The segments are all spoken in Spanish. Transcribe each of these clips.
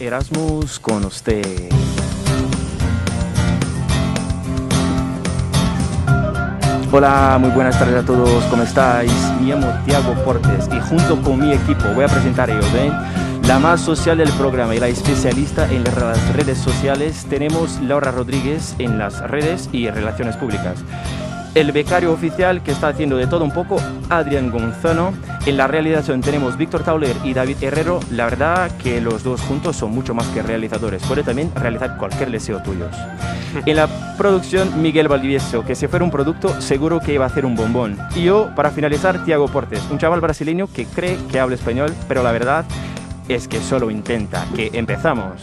Erasmus con usted. Hola, muy buenas tardes a todos, ¿cómo estáis? Me llamo Tiago Portes y junto con mi equipo voy a presentar a Yoden, la más social del programa y la especialista en las redes sociales. Tenemos Laura Rodríguez en las redes y relaciones públicas. El becario oficial que está haciendo de todo un poco, Adrián Gonzano. En la realización tenemos Víctor Tauler y David Herrero. La verdad que los dos juntos son mucho más que realizadores. Puede también realizar cualquier deseo tuyo. En la producción, Miguel Valdivieso, que si fuera un producto, seguro que iba a hacer un bombón. Y yo, para finalizar, Tiago Portes, un chaval brasileño que cree que habla español, pero la verdad es que solo intenta. Que empezamos.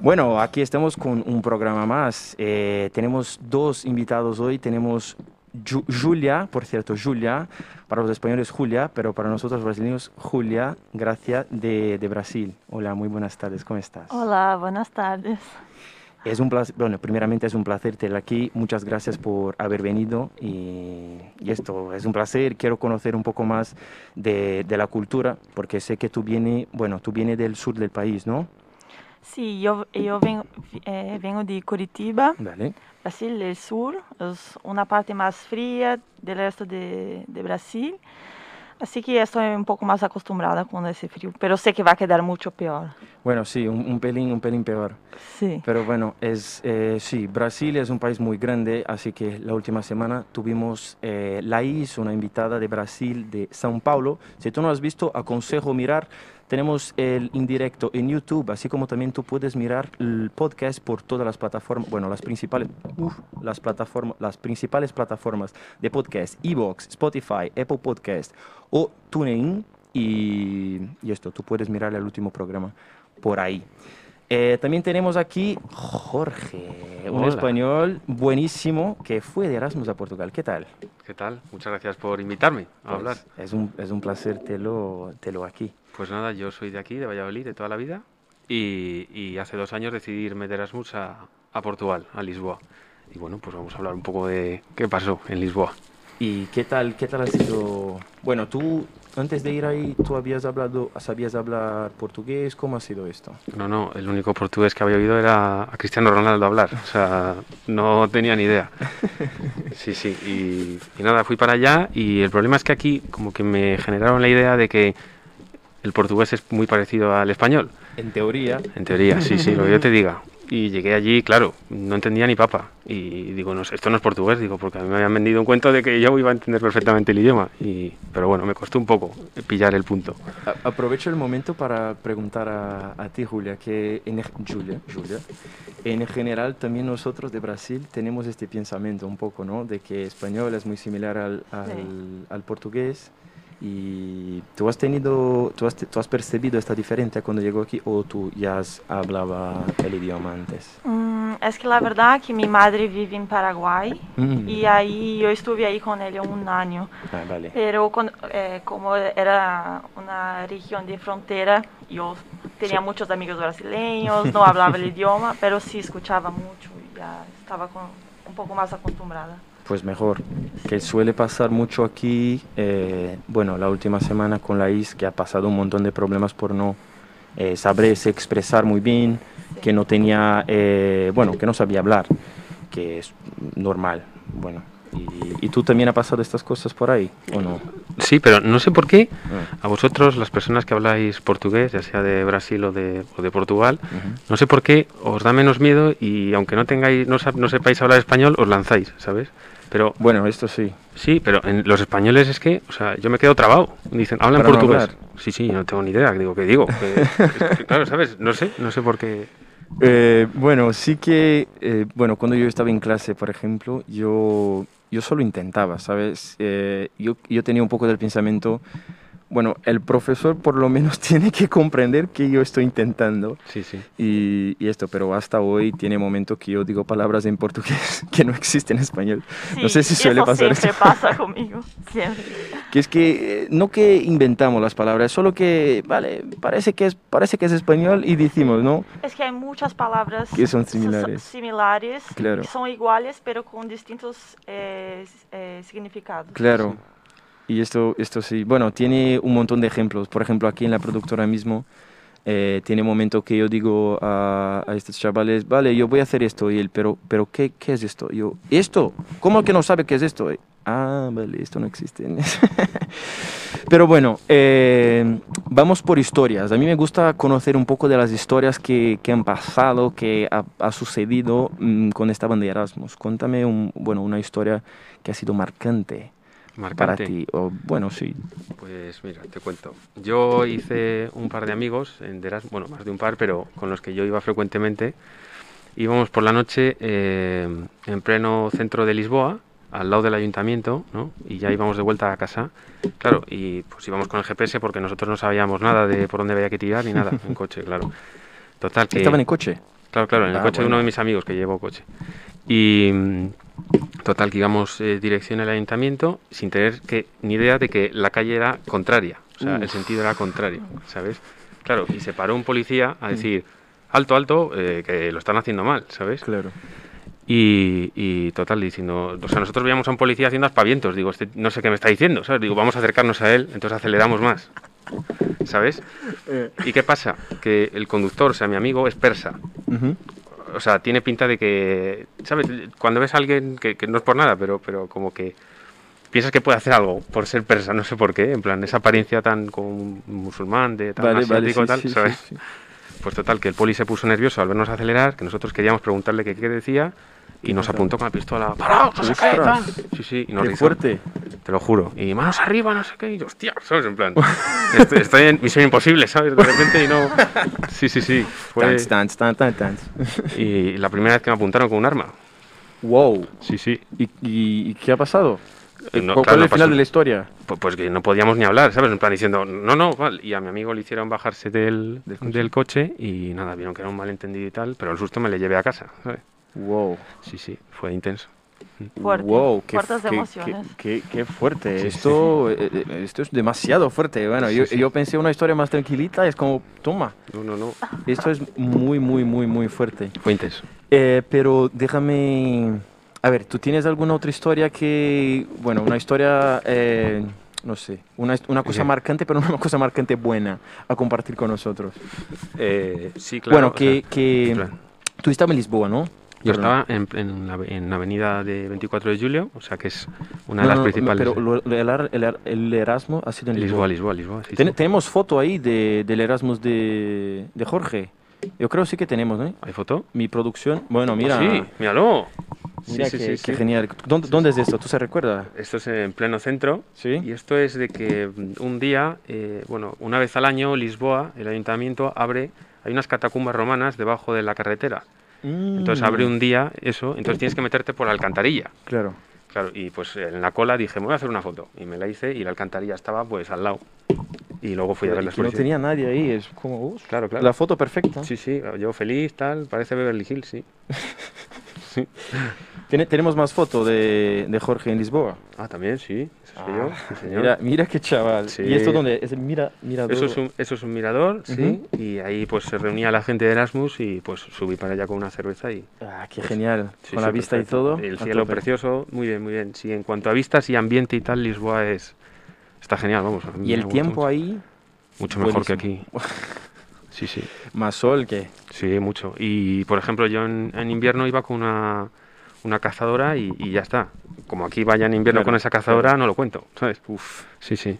Bueno, aquí estamos con un programa más. Eh, tenemos dos invitados hoy. Tenemos Ju- Julia, por cierto, Julia, para los españoles Julia, pero para nosotros los brasileños Julia Gracia de, de Brasil. Hola, muy buenas tardes, ¿cómo estás? Hola, buenas tardes. Es un placer, bueno, primeramente es un placer tener aquí. Muchas gracias por haber venido y, y esto es un placer. Quiero conocer un poco más de, de la cultura porque sé que tú vienes, bueno, tú vienes del sur del país, ¿no? Sí, yo, yo vengo, eh, vengo de Curitiba, Vale. Brasil del Sur, es una parte más fría del resto de, de Brasil. Así que estoy un poco más acostumbrada con ese frío, pero sé que va a quedar mucho peor. Bueno, sí, un, un pelín, un pelín peor. Sí, Pero bueno, es, eh, sí, Brasil es un país muy grande, así que la última semana tuvimos eh, Laís, una invitada de Brasil, de São Paulo. Si tú no has visto, aconsejo mirar. Tenemos el indirecto en YouTube, así como también tú puedes mirar el podcast por todas las plataformas, bueno, las principales, uf, las plataformas, las principales plataformas de podcast, Evox, Spotify, Apple Podcast o TuneIn. Y, y esto, tú puedes mirar el último programa por ahí. Eh, también tenemos aquí Jorge, un Hola. español buenísimo que fue de Erasmus a Portugal. ¿Qué tal? ¿Qué tal? Muchas gracias por invitarme a Pues, hablar. Es un, es un placer telo, telo aquí. Pues nada, yo soy de aquí, de Valladolid, de toda la vida, y, y hace dos años decidí irme de Erasmus a, a Portugal, a Lisboa. Y bueno, pues vamos a hablar un poco de qué pasó en Lisboa. ¿Y qué tal, qué tal ha sido? Bueno, tú antes de ir ahí, ¿tú habías hablado, sabías hablar portugués? ¿Cómo ha sido esto? No, no, el único portugués que había oído era a Cristiano Ronaldo hablar, o sea, no tenía ni idea. Sí, sí, y, y nada, fui para allá y el problema es que aquí como que me generaron la idea de que el portugués es muy parecido al español. En teoría. En teoría, sí, sí, lo que yo te diga. Y llegué allí, claro, no entendía ni papa. Y digo, no, sé, esto no es portugués, digo, porque a mí me habían vendido un cuento de que yo iba a entender perfectamente el idioma. Y, pero bueno, me costó un poco pillar el punto. A- aprovecho el momento para preguntar a, a ti, Julia, que en, ej- Julia, Julia, en general también nosotros de Brasil tenemos este pensamiento un poco, ¿no? De que español es muy similar al, al- Sí. al portugués. ¿Y tú has tenido, tú has, tú has percibido esta diferencia cuando llegó aquí o tú ya has- hablaba el idioma antes? Mm, es que la verdad que mi madre vive en Paraguay Mm. y ahí yo estuve ahí con ella un año. Ah, vale. Pero con- eh, como era una región de frontera, yo tenía muchos amigos brasileños, no hablaba el idioma, pero sí escuchaba mucho y ya estaba con- un poco más acostumbrada. Pues mejor, que suele pasar mucho aquí, eh, bueno, la última semana con la IS, que ha pasado un montón de problemas por no eh, saberse expresar muy bien, que no tenía, eh, bueno, que no sabía hablar, que es normal, bueno. ¿Y, y tú también has pasado estas cosas por ahí o no? Sí, pero no sé por qué Ah, a vosotros, las personas que habláis portugués, ya sea de Brasil o de, o de Portugal, ujú. no sé por qué os da menos miedo y aunque no, tengáis, no, sa- no sepáis hablar español, os lanzáis, ¿sabes? Pero Bueno, esto sí. Sí, pero en los españoles es que, o sea, yo me quedo trabado. Dicen, hablan Para no portugués. hablar. sí, sí, yo no tengo ni idea, digo, ¿qué digo? Que- es que, claro, ¿sabes? No sé, no sé por qué. Eh, bueno, sí que, eh, bueno, cuando yo estaba en clase, por ejemplo, yo, yo solo intentaba, ¿sabes? Eh, yo, yo tenía un poco del pensamiento, bueno, el profesor por lo menos tiene que comprender que yo estoy intentando Sí, sí. y, y esto, pero hasta hoy tiene momentos que yo digo palabras en portugués que no existen en español. No sé si Sí, suele eso pasar siempre eso. pasa conmigo, siempre. Que es que, eh, no que inventamos las palabras, solo que, vale, parece que es, parece que es español y decimos, ¿no? Es que hay muchas palabras Que son s- s- similares. similares, Claro. que son iguales, pero con distintos eh, s- eh, significados. Claro. Y esto, esto sí, bueno, tiene un montón de ejemplos. Por ejemplo, aquí en la productora mismo, eh, tiene momentos que yo digo a, a, estos chavales, vale, yo voy a hacer esto, y él, pero, pero ¿qué, qué es esto? Y yo, ¿esto? ¿Cómo que no sabe qué es esto? Y, ah, vale, esto no existe. pero bueno, eh, vamos por historias. A mí me gusta conocer un poco de las historias que, que han pasado, que ha, ha sucedido mmm, con esta banda de Erasmus. Cuéntame un, bueno, una historia que ha sido marcante. Marcante. para ti? O, bueno, sí. Pues mira, te cuento. Yo hice un par de amigos, en Deras, bueno, más de un par, pero con los que yo iba frecuentemente. Íbamos por la noche eh, en pleno centro de Lisboa, al lado del ayuntamiento, ¿no? Y ya íbamos de vuelta a casa. Claro, y pues íbamos con el GPS porque nosotros no sabíamos nada de por dónde había que tirar ni nada, en coche, claro. Total, que... ¿Estaban en coche? Claro, claro, en el ah, coche de bueno. uno de mis amigos que llevó coche. Y mm, total que íbamos eh, dirección al ayuntamiento sin tener que, ni idea de que la calle era contraria, o sea, Uf. el sentido era contrario, ¿sabes? Claro, y se paró un policía a decir, alto, alto, eh, que lo están haciendo mal, ¿sabes? Claro. Y, y, total, diciendo, o sea, nosotros veíamos a un policía haciendo aspavientos, digo, este, no sé qué me está diciendo, ¿sabes? Digo, vamos a acercarnos a él, entonces aceleramos más, ¿sabes? ¿Y qué pasa? Que el conductor, o sea, mi amigo, es persa. Uh -huh o sea, tiene pinta de que, ¿sabes? Cuando ves a alguien que, que, no es por nada, pero, pero como que piensas que puede hacer algo por ser persa, no sé por qué, en plan, esa apariencia tan como un musulmán, de tan vale, asiático vale, sí, tal, sí, ¿sabes? Sí, pues total, que el poli se puso nervioso al vernos acelerar, que nosotros queríamos preguntarle que, qué decía y nos apuntó con la pistola, ¡paraos, no se cae, tal! Sí, sí, y nos qué hizo, fuerte! Te lo juro. Y manos arriba, no sé qué, y hostia, ¿sabes? En plan, estoy, estoy en misión imposible, ¿sabes? De repente y no... Sí, sí, sí. Fue... Dance, dance, dance, dance, dance. Y la primera vez que me apuntaron con un arma. ¡Wow! Sí, sí. ¿Y, y qué ha pasado? No, ¿Cuál claro, es el no final de la historia? Pues, pues, que no podíamos ni hablar, ¿sabes? En plan diciendo, no, no, vale. Y a mi amigo le hicieron bajarse del, del, coche. Del coche y nada, vieron que era un malentendido y tal, pero el susto me le llevé a casa, ¿sabes? Wow. Sí, sí, fue intenso. Fuerte, wow, qué, qué, emociones. Qué, qué fuerte. Sí, esto, sí, sí. Eh, esto es demasiado fuerte. Bueno, yo, yo, pensé una historia más tranquilita, es como, toma. No, no, no. Esto es muy, muy, muy, muy fuerte. Fue intenso. Eh, pero déjame. A ver, ¿tú tienes alguna otra historia que. Bueno, una historia. Eh, no sé, una, una cosa Bien. marcante, pero una cosa marcante buena a compartir con nosotros. Eh, sí, claro. Bueno, que, sea, que claro. tú estabas en Lisboa, ¿no? Yo estaba en, en, la, en, la, avenida de 24 de julio, o sea que es una de no, las no, principales. Pero lo, el, el, el, Erasmus ha sido en Lisboa. Lisboa, Lisboa, Lisboa sí, Ten, sí. Tenemos foto ahí de, del Erasmus de, de, Jorge. Yo creo sí que tenemos, ¿no? ¿eh? ¿Hay foto? Ah, Mi producción. Bueno, mira. Sí, míralo. Mira sí, qué, qué genial. ¿Dónde, ¿Dónde, es esto? ¿Tú se recuerda? Esto es en pleno centro. Sí. Y esto es de que mm, un día, eh, bueno, una vez al año, Lisboa, el ayuntamiento abre. Hay unas catacumbas romanas debajo de la carretera. Entonces Mm. abre un día eso, entonces tienes que meterte por la alcantarilla. Claro. Claro, y pues en la cola dije, me voy a hacer una foto. Y me la hice y la alcantarilla estaba pues al lado. Y luego fui Pero a ver Pues la exposición. No tenía nadie ahí, es como, uh, claro, claro. La foto perfecta. Sí, sí, yo feliz, tal, parece Beverly Hills, sí. sí. ¿Ten tenemos más foto de, de, Jorge en Lisboa. Ah, también, sí. Eso soy ah, yo, señor. Mira, mira qué chaval. Sí. ¿Y esto dónde? Es el mira, mirador. Eso es un, eso es un mirador, uh -huh. sí. Y ahí pues se reunía la gente de Erasmus y pues subí para allá con una cerveza y... Ah, qué genial. Sí, Con sí, la vista perfecto. y todo. Ah, El cielo tope. precioso. Muy bien, muy bien. Sí, en cuanto a vistas y ambiente y tal, Lisboa es... Está genial, vamos. ¿Y el tiempo mucho. ahí? Mucho mejor Buenísimo. que aquí. sí, sí. ¿Más sol que...? Sí, mucho. Y, por ejemplo, yo en, en invierno iba con una una cazadora y, y, ya está. Como aquí vaya en invierno claro, con esa cazadora, claro. no lo cuento, ¿sabes? Uf, sí, sí.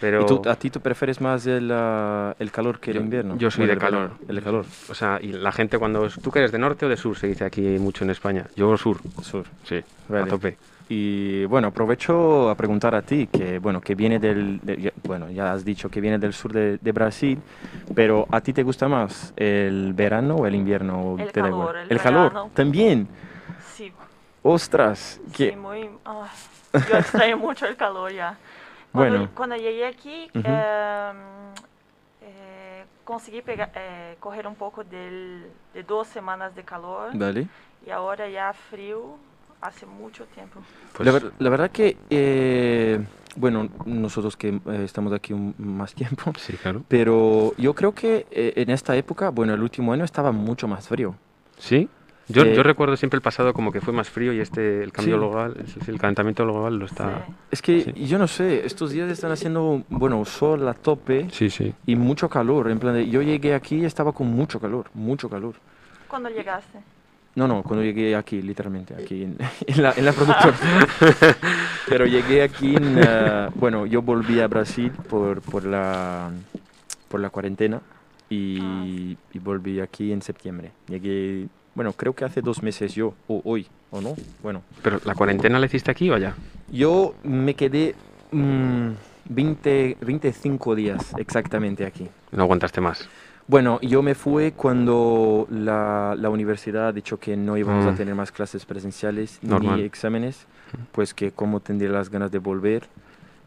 Pero ¿Y tú, a ti tú prefieres más el, uh, el calor que el yo, invierno? Yo soy el de calor. calor. El calor. O sea, y la gente cuando... ¿Tú que eres de norte o de sur? Se dice aquí mucho en España. Yo sur. Sur. Sí, vale. a tope. Y bueno, aprovecho a preguntar a ti, que bueno, que viene del, de, bueno, ya has dicho que viene del sur de, de, Brasil, pero ¿a ti te gusta más el verano o el invierno? El te calor. El, el calor, también. Sí. Ostras, que... Sí, muy, oh, yo extraño mucho el calor ya. Cuando, Bueno. Uhum. cuando llegué aquí, Ujú. eh, eh, conseguí pegar, eh, coger un poco del, de dos semanas de calor Dale. y ahora ya frío hace mucho tiempo. Pues, la, ver- la verdad que, eh, bueno, nosotros que eh, estamos aquí un- más tiempo, Sí, claro. pero yo creo que eh, en esta época, bueno, el último año estaba mucho más frío. ¿Sí? Yo, Eh, yo recuerdo siempre el pasado como que fue más frío y este, el cambio Sí. global, el, el calentamiento global lo está... Sí. Es que Sí. yo no sé, estos días están haciendo, bueno, sol a tope Sí, sí. y mucho calor. En plan, de, yo llegué aquí y estaba con mucho calor, mucho calor. ¿Cuándo llegaste? No, no, cuando llegué aquí, literalmente, aquí en, en la, en la productora. Pero llegué aquí, en, eh, bueno, yo volví a Brasil por, por, la, por la cuarentena y, y volví aquí en septiembre. Llegué, bueno, creo que hace dos meses yo, o hoy, o no, bueno. Pero la cuarentena la hiciste aquí o allá? Yo me quedé mm, 20, 25 días exactamente aquí. No aguantaste más. Bueno, yo me fui cuando la, la universidad ha dicho que no íbamos a Mm. tener más clases presenciales Normal. ni exámenes, Ujú. pues que como tendría las ganas de volver.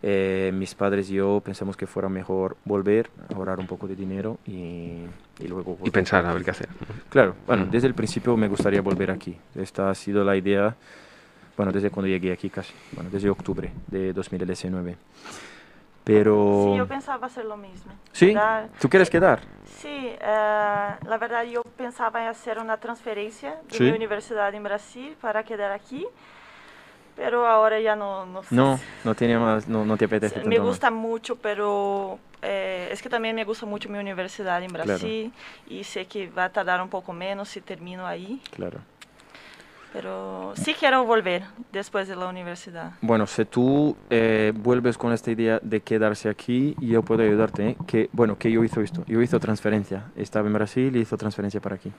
Eh, mis padres y yo pensamos que fuera mejor volver, ahorrar un poco de dinero y, y luego Y volver. pensar a ver qué hacer. Claro, bueno, Mm. desde el principio me gustaría volver aquí. Esta ha sido la idea, bueno, desde cuando llegué aquí casi, bueno, desde octubre de 2019. Pero... Sí, yo pensaba hacer lo mismo. ¿Sí? Dar- ¿Tú quieres quedar? Sí, eh, la verdad yo pensaba en hacer una transferencia de Sí. mi universidad en Brasil para quedar aquí, pero ahora ya no, no sé. No, no tiene más, no, no te apetece Me tanto más. gusta mucho, pero eh, es que también me gusta mucho mi universidad en Claro. Brasil y sé que va a tardar un poco menos si termino ahí, Claro. pero sí quiero volver después de la universidad. Bueno, si tú eh, vuelves con esta idea de quedarse aquí, yo puedo ayudarte. ¿eh? Que, bueno, que yo hizo esto. Yo hizo transferencia. Estaba en Brasil y hizo transferencia para aquí.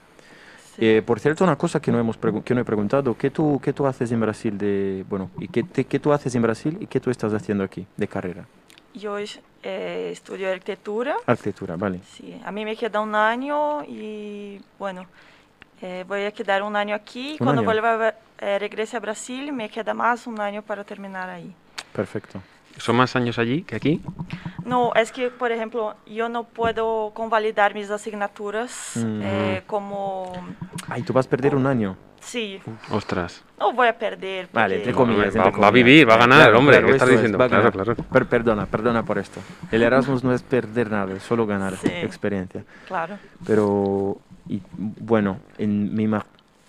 Sí. Eh, por cierto, una cosa que no, hemos pregu- que no he preguntado, ¿qué tú, qué tú haces en Brasil de... Bueno, y qué, te- qué tú haces en Brasil y qué tú estás haciendo aquí de carrera? Yo eh, estudio arquitectura. Arquitectura, vale. Sí, a mí me queda un año y bueno, eh, voy a quedar un año aquí. Un Cuando año. vuelva a Bra- eh, regrese a Brasil, me queda más un año para terminar ahí. Perfecto. ¿Son más años allí que aquí? No, es que, por ejemplo, yo no puedo convalidar mis asignaturas Mm. eh, como... Ay, tú vas a perder un año. Sí, Ostras. no voy a perder. Vale, porque- entre comillas. Va- entre va a comillas. vivir, va a ganar, hombre, ¿qué eso estás es, diciendo? va a Claro, ganar. claro. Per- perdona, perdona por esto. El Erasmus no es perder nada, es solo ganar Sí. experiencia. Claro. Pero, y, bueno, en, mi ma-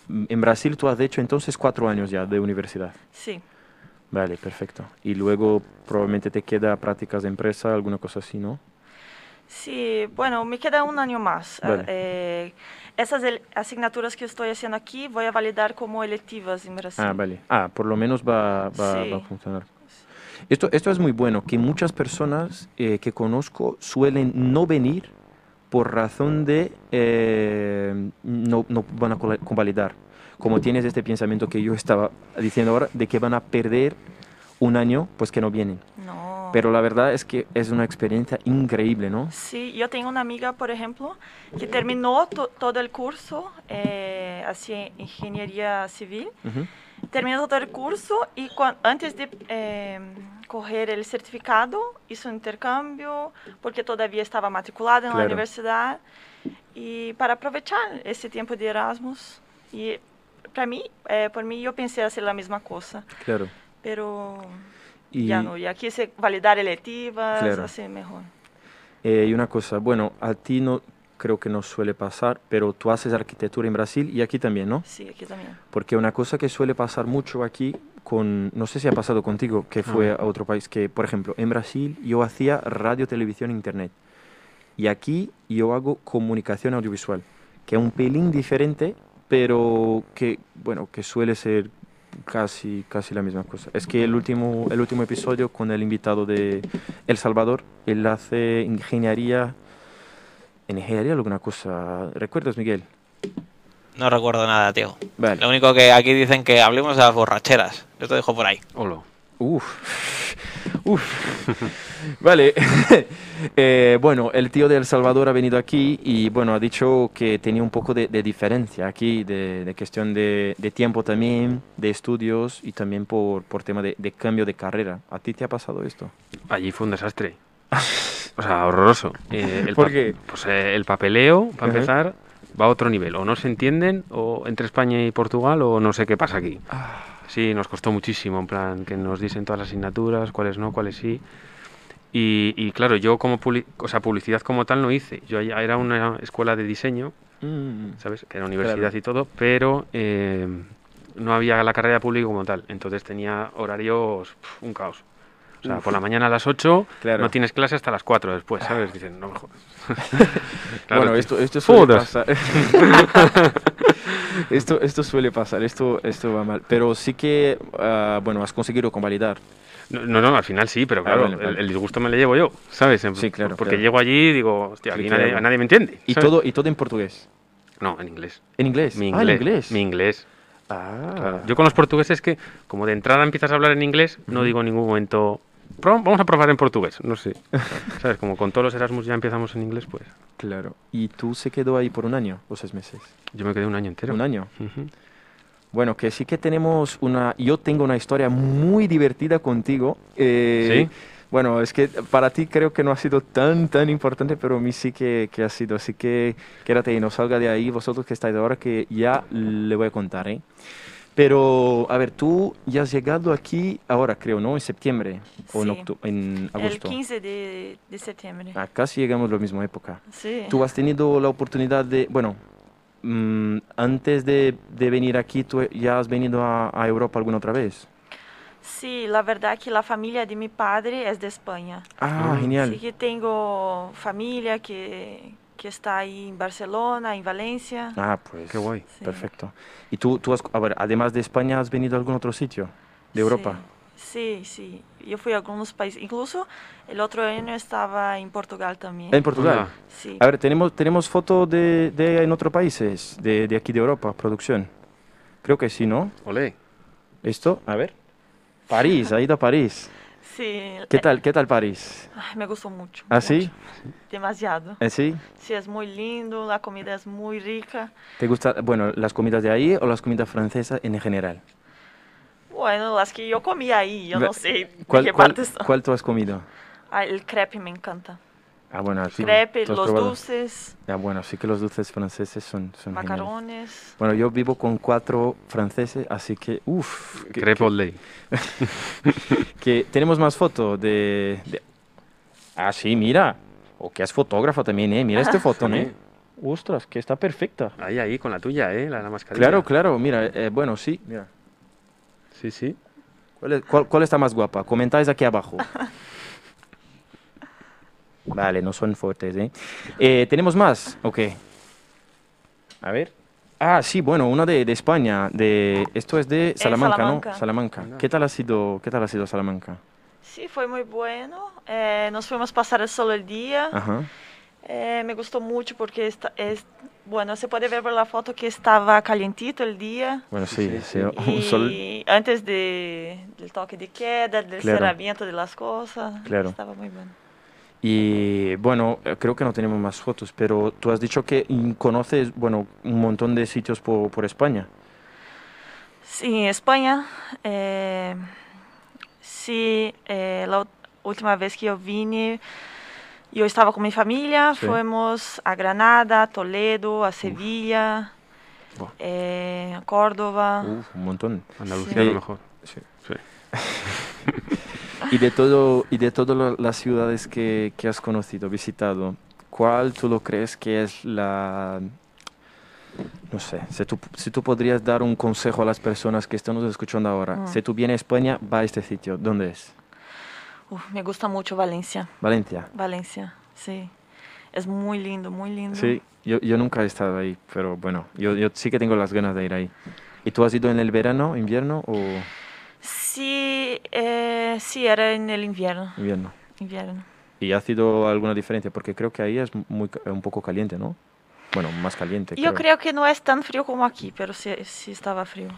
en Brasil tú has hecho entonces cuatro años ya de universidad. Sí, Vale, perfecto. Y luego probablemente te queda prácticas de empresa, alguna cosa así, ¿no? sí, bueno, me queda un año más. Vale. Eh, esas el- asignaturas que estoy haciendo aquí voy a validar como electivas en Brasil. Ah, vale. Ah, por lo menos va, va- Sí. va a funcionar. Esto, esto es muy bueno, que muchas personas eh, que conozco suelen no venir por razón de eh, no, no van a col- convalidar. Como tienes este pensamiento que yo estaba diciendo ahora, de que van a perder un año, pues que no vienen. No. Pero la verdad es que es una experiencia increíble, ¿no? Oh. Sí, yo tengo una amiga, por ejemplo, que terminó to- todo el curso, eh, así, ingeniería civil, Ujú. terminó todo el curso y cuan- antes de eh, coger el certificado hizo un intercambio porque todavía estaba matriculada en la Claro. universidad y para aprovechar ese tiempo de Erasmus. Y para mí, eh, por mí, yo pensé hacer la misma cosa, Claro. pero Y, ya no, ya quise validar assim, electivas, Claro. así mejor. eh, y una cosa, bueno, a ti no creo que no suele pasar, pero tú haces arquitectura en Brasil y aquí también, ¿no? Sí, aquí también. Porque una cosa que suele pasar mucho aquí, con, no sé si ha pasado contigo, que fue a otro país, que por ejemplo en Brasil yo hacía radio, televisión, e internet. Y aquí yo hago comunicación audiovisual, que es un pelín diferente, pero que, bueno, que suele ser casi, casi la misma cosa. Es que el último, el último episodio con el invitado de El Salvador, él hace ingeniería... ¿Ingeniería alguna cosa? ¿Recuerdas, Miguel? No recuerdo nada, tío. Vale. Lo único que aquí dicen que hablemos de las borracheras. Yo te dejo por ahí. Olo. Uf. Uf. Vale. Eh, bueno, el tío de El Salvador ha venido aquí y bueno, ha dicho que tenía un poco de, de diferencia aquí, de, de cuestión de, de tiempo también, de estudios y también por, por tema de, de cambio de carrera. ¿A ti te ha pasado esto? Allí fue un desastre. O sea, horroroso. Eh, el ¿Por pa- qué? Pues eh, el papeleo, para Ajá. empezar, va a otro nivel. O no se entienden, o entre España y Portugal, o no sé qué pasa aquí. Sí, nos costó muchísimo, en plan, que nos dicen todas las asignaturas, cuáles no, cuáles sí. Y, y claro, yo como publi- o sea, publicidad como tal no hice. Yo ya- era una escuela de diseño Mm. ¿sabes? Que era universidad Claro. y todo, pero eh, no había la carrera pública como tal. Entonces tenía horarios pf, un caos. O sea, Uf. por la mañana a las 8, Claro. Ah. no tienes clase hasta las 4 después, ¿sabes? Dicen, no me jodas. Claro, bueno, tío. esto, esto suele Joder. pasar. esto, esto suele pasar, esto, esto va mal. Pero sí que, ah, bueno, has conseguido convalidar. No, no, no, al final sí, pero Ah, claro, vale, vale. El, el disgusto me lo llevo yo, ¿sabes? En- Sí, claro, Porque claro. llego allí y digo, hostia, Sí, aquí nadie, claro. a nadie me entiende. Y ¿sabes? todo, y todo en portugués. No, en inglés. ¿En inglés? Mi Ah, inglés. en inglés. Mi inglés. Ah, Claro. Yo con los portugueses que, como de entrada empiezas a hablar en inglés, no digo en ningún momento, "Pro- vamos a probar en portugués, no sé. ¿Sabes? Como con todos los Erasmus ya empezamos en inglés, pues claro. ¿Y tú se quedó ahí por un año o seis meses? yo me quedé un año entero. Un año. Ujú. Bueno, que sí que tenemos una, yo tengo una historia muy divertida contigo. Eh, ¿Sí? Bueno, es que para ti creo que no ha sido tan, tan importante, pero a mí sí que, que ha sido. Así que quédate y no salga de ahí vosotros que estáis ahora, que ya le voy a contar, ¿eh? Pero, a ver, tú ya has llegado aquí ahora, creo, ¿no? En septiembre o en, Sí. octu- en El agosto. 15 de, de septiembre. Ah, casi llegamos a la misma época. Sí. ¿Tú has tenido la oportunidad de, bueno, mm, antes de, de venir aquí, tú ya has venido a, a Europa alguna otra vez? Sí, la verdad que la familia de mi padre es de España. Ah, Mm. genial. Sí que tengo familia que, que está ahí en Barcelona, en Valencia. Ah, pues. Qué guay. Sí. Perfecto. ¿Y tú, tú has, a ver, además de España, has venido a algún otro sitio de Europa? Sí, sí. sí. Yo fui a algunos países. Incluso el otro año estaba en Portugal también. En Portugal. Hola. Sí. A ver, tenemos, tenemos fotos de, de en otros países, de, de aquí de Europa, producción. Creo que sí, ¿no? Olé. Esto, a ver. París, ha ido a París. Sí. ¿Qué eh, tal, qué tal París? ay, me gustó mucho. ¿Ah, sí? mucho. Demasiado. ¿Eh, sí? Sí, es muy lindo, la comida es muy rica. ¿Te gusta, bueno, las comidas de ahí o las comidas francesas en general? Bueno, las que yo comí ahí, yo Ve- no sé de ¿Cuál, qué cuál, parte son. cuál tú has comido? Ah, el crepe me encanta. Ah, bueno, sí. crepe, tú has los probado. dulces, Ah, bueno, sí que los dulces franceses son, son geniales. macarrones. Bueno, yo vivo con cuatro franceses, así que, uff, que, Crepe Olé. que- tenemos más fotos de, de- Ah, sí, mira. O que es fotógrafa también, ¿eh? Mira este foto, ¿eh? Ostras, que está perfecta. Ahí, ahí, con la tuya, ¿eh? La, la mascarilla. Claro, claro, mira, eh, bueno, sí, mira. Sí, sí. ¿Cuál, es- cuál- cuál está más guapa? Comentáis aquí abajo. Vale, no son fuertes, ¿eh? Eh, tenemos más? Ok. A ver. Ah, sí, bueno, una de, de España. De, esto es de Salamanca, Eh, Salamanca. ¿no? Salamanca. Anda. ¿Qué tal ha sido, qué tal ha sido Salamanca? Sí, fue muy bueno. Eh, nos fuimos pasar el solo el día. Ajá. Eh, me gustó mucho porque esta- es, bueno, se puede ver por la foto que estaba calientito el día. Bueno, sí, Sí, sí, sí, sí. un Ah, sol. Y antes de, del toque de queda, del Claro. cerramiento de las cosas, Claro. estaba muy bueno. Y bueno, eh, creo que no tenemos más fotos, pero tú has dicho que mm, conoces, bueno, un montón de sitios por, por España. Sí, Espanha. eh, sí, eh, la ú- última vez que eu vine, eu estava com minha família. Sí. Fomos a Granada, a Toledo, a Sevilha, Buah. eh, a Córdoba. Uf, un montón. Andalucía a Sí. lo mejor. Sí. Sí. Y de todo, y de todas la- las ciudades que, que has conocido, visitado, ¿cuál tú lo crees que es la... No sé, si tú, si tú podrías dar un consejo a las personas que están nos escuchando ahora, Mm. si tú vienes a España, va a este sitio. ¿Dónde es? Uf, me gusta muito Valência. Valencia. Valência, sim. É muito lindo, muito lindo. Sí, yo, yo nunca he estado ahí, pero bueno, yo, yo sí que tengo las ganas de ir ahí. ¿Y tú has ido en el verano, invierno o Sí, eh, sí, era en el invierno. invierno? invierno. ¿Y ha sido alguna diferencia? Porque creo que ahí es muy, ca- un poco caliente, ¿no? Bueno, más caliente. Eu creio que não é tão frio como aqui, mas sí, sí estava frio.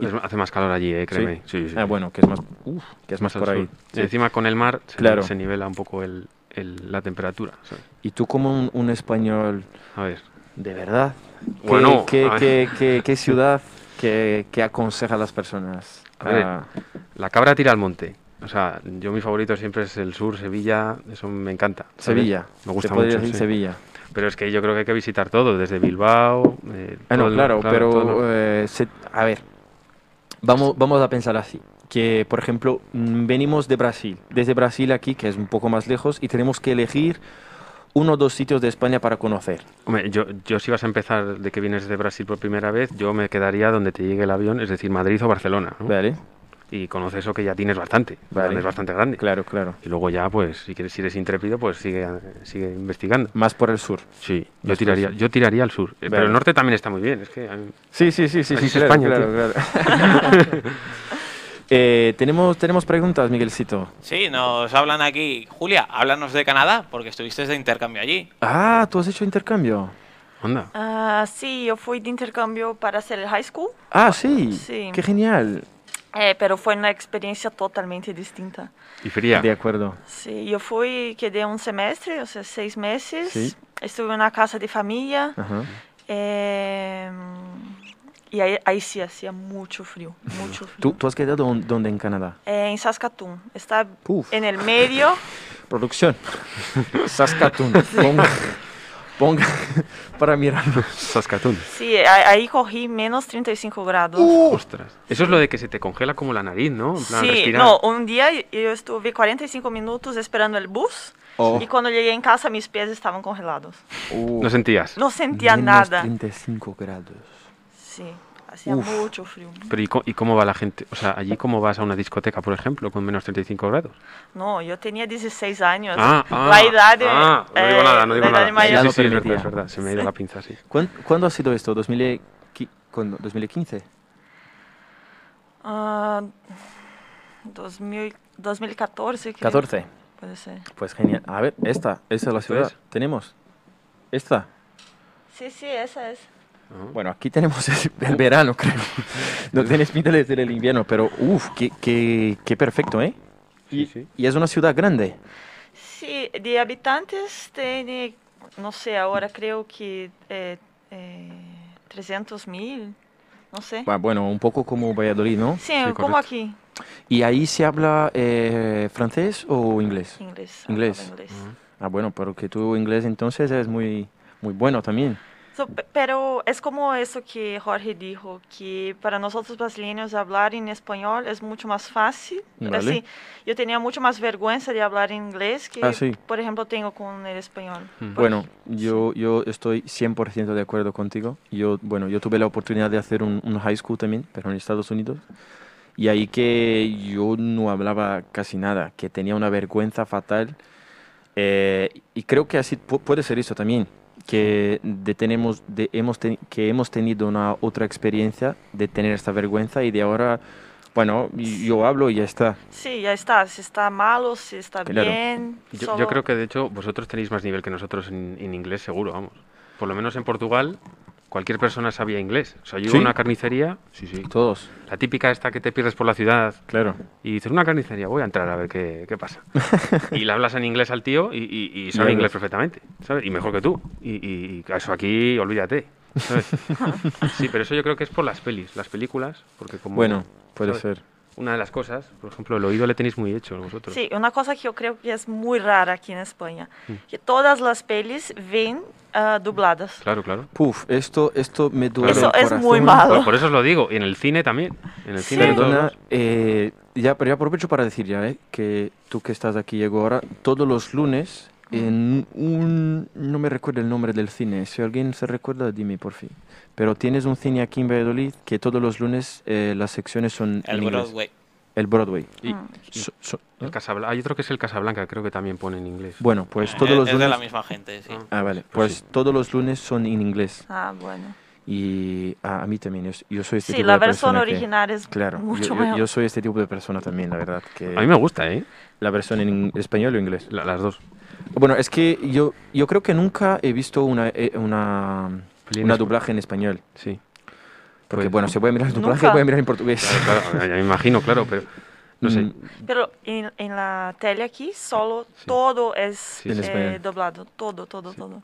Es- hace más calor allí, ¿eh? Créeme. Sí, sí. sí. Ah, bueno, que es más, uf, que es más al por ahí. sur. Sí. Encima con el mar se, Claro. se nivela un poco el, el- la temperatura. ¿sabes? Y tú como un, un español A ver. de verdad, ¿qué, Bueno, qué, a ver. qué- qué- qué ciudad que, que aconseja a las personas? A ver, Ah, La cabra tira al monte. O sea, yo mi favorito siempre es el sur, Sevilla, eso me encanta. ¿sabes? Sevilla. Me gusta Se podría mucho. decir sí. Sevilla. Pero es que yo creo que hay que visitar todo, desde Bilbao. eh, Ah, no, todo el- claro, todo pero el- eh, se- a ver, vamos, vamos a pensar así. Que, por ejemplo, mm, venimos de Brasil, desde Brasil aquí, que es un poco más lejos, y tenemos que elegir uno o dos sitios de España para conocer. Hombre, yo, yo si vas a empezar de que vienes de Brasil por primera vez, yo me quedaría donde te llegue el avión, es decir, Madrid o Barcelona. ¿no? Vale, Y conoces eso que ya tienes bastante, Vale. es bastante grande. claro, claro. Y luego ya, pues, si quieres, si eres intrépido, pues sigue, sigue investigando. Más por el sur. Sí, yo Las tiraría, cosas. yo tiraría al sur. Eh, Vale. Pero el norte también está muy bien, es que... eh, a mí- Sí, sí, sí, sí, Así sí, es claro, España, claro, claro. Eh, tenemos, tenemos preguntas, Miguelcito. Sí, nos hablan aquí. Julia, háblanos de Canadá, porque estuviste de intercambio allí. Ah, tú has hecho intercambio. Onda. Ah, sí, yo fui de intercambio para hacer el high school, Ah, sí. Sí. Qué genial. eh, pero fue una experiencia totalmente distinta. Y fría. De acuerdo. Sí, yo fui, quedé un semestre, o sea, seis meses. Sí. Estuve en una casa de familia. Ajá. eh, y ahí, ahí sí hacía mucho frío, Uhum. mucho frío. ¿Tú, tú has quedado don- dónde en Canadá? Eh, en Saskatoon. Está Uf. en el medio. Producción. Saskatoon. Ponga, ponga para mirarlo. Saskatoon. Sí, a- ahí cogí menos 35 grados. Ostras. Eso es lo de que se te congela como la nariz, ¿no? Uh, En plan, Sí, respirar. no, un día yo estuve 45 minutos esperando el bus Oh. y cuando llegué en casa mis pies estaban congelados. Uh, No sentías. No sentía menos nada. 35 grados. Sí, hacía Uf. mucho frío. Pero ¿y, co- y cómo va la gente? O sea, allí cómo vas a una discoteca, por ejemplo, con menos 35 grados. No, yo tenía 16 años. Ah, ah, la edad de, ah, no digo eh, nada, no digo la edad nada. de Sí, mayor. Ya Sí, no sí, es verdad, permitía. es verdad. Se me ha ido la pinza así. ¿Cuán- ¿Cuándo, ha sido esto? ¿2000 qui- cuándo? ¿2015? Ah, 2000 2014. creo. 14. Puede ser. Pues genial. A ver, esta, esta es la ciudad. es? Tenemos. Esta. Sí, sí, esa es. ¿no? Bueno, aquí tenemos el, el verano, creo. No tienes pinta de ser el invierno, pero uff, qué, qué, qué perfecto, ¿eh? Sí, sí. Y es una ciudad grande. Sí, de habitantes tiene, no sé, ahora creo que eh, eh, 300 mil, no sé. Ah, Bueno, un poco como Valladolid, ¿no? Sí, sí, como correcto. aquí, ¿Y ahí se habla eh, francés o inglés? inglés. Inglés. hablaba inglés. Ujú. Ah, bueno, pero que tu inglés entonces es muy, muy bueno también. So, pe- pero es como eso que Jorge dijo, que para nosotros brasileños hablar en español es mucho más fácil. Vale. Así, yo tenía mucho más vergüenza de hablar inglés que, Ah, sí. Hmm. por ejemplo, tengo con el español. Mm. Porque- Bueno, yo, yo estoy 100% de acuerdo contigo. Yo, bueno, yo tuve la oportunidad de hacer un, un high school también, pero en Estados Unidos. Y ahí que yo no hablaba casi nada, que tenía una vergüenza fatal. Eh, y creo que así pu- puede ser eso también, que, de tenemos, de, hemos ten- que hemos tenido una otra experiencia de tener esta vergüenza y de ahora, bueno, y- yo hablo y ya está. Sí, ya está, si está malo, si está Claro. bien. Yo, solo- yo creo que de hecho vosotros tenéis más nivel que nosotros en, en inglés, seguro, vamos. Por lo menos en Portugal, cualquier persona sabía inglés. O sea, yo iba ¿Sí? a una carnicería, sí, sí. Todos, La típica esta que te pierdes por la ciudad claro. y dices, una carnicería, voy a entrar a ver qué, qué pasa. y le hablas en inglés al tío y, y- y Y sabe hablas. inglés perfectamente, ¿sabes? Y mejor que tú. Y, y- y eso aquí, olvídate. ¿sabes? sí, pero eso yo creo que es por las pelis, las películas, porque como Bueno, puede ¿sabes? ser. una de las cosas, por ejemplo, el oído le tenéis muy hecho vosotros. Sí, una cosa que yo creo que es muy rara aquí en España, Hmm. que todas las pelis ven ah, dobladas. Claro, claro. Puf, esto, esto me duele Eso el es muy corazón. malo. Por, por eso os lo digo. Y en el cine también. En el cine. en todos Perdona, lados. eh, ya, pero ya aprovecho para decir ya, eh, que tú que estás aquí llegó ahora, todos los lunes, en un, no me recuerdo el nombre del cine, si alguien se recuerda, dime por fin. Pero tienes un cine aquí en Valladolid que todos los lunes eh, las secciones son El en inglés. Broadway. El Broadway. Y- So- so- ¿eh? El Casablanca. Hay otro que es el Casablanca, creo que también pone en inglés. bueno, pues todos es, los Eh, es de lunes... la misma gente, sí. Ah. Ah, vale. Pues, Pues sí. todos los lunes son en inglés. Ah, bueno. Y a, a mí también, yo, yo soy este Sí, tipo la de versión persona que- original es Claro, yo- mucho yo, mejor. yo soy este tipo de persona también, la verdad. Que... A mí me gusta, ¿eh? ¿La versión en español o inglés? La- las dos. Bueno, es que yo, yo creo que nunca he visto una, eh, una, Peli en una espa- doblaje en español. Sí. Porque, Pues- bueno, se puede mirar en doblaje Nunca. puede mirar en portugués. Claro, claro, ya me imagino, claro, pero. No sé. Mm, Pero en, en la tele aquí solo todo es En eh, español. doblado, todo, todo, todo.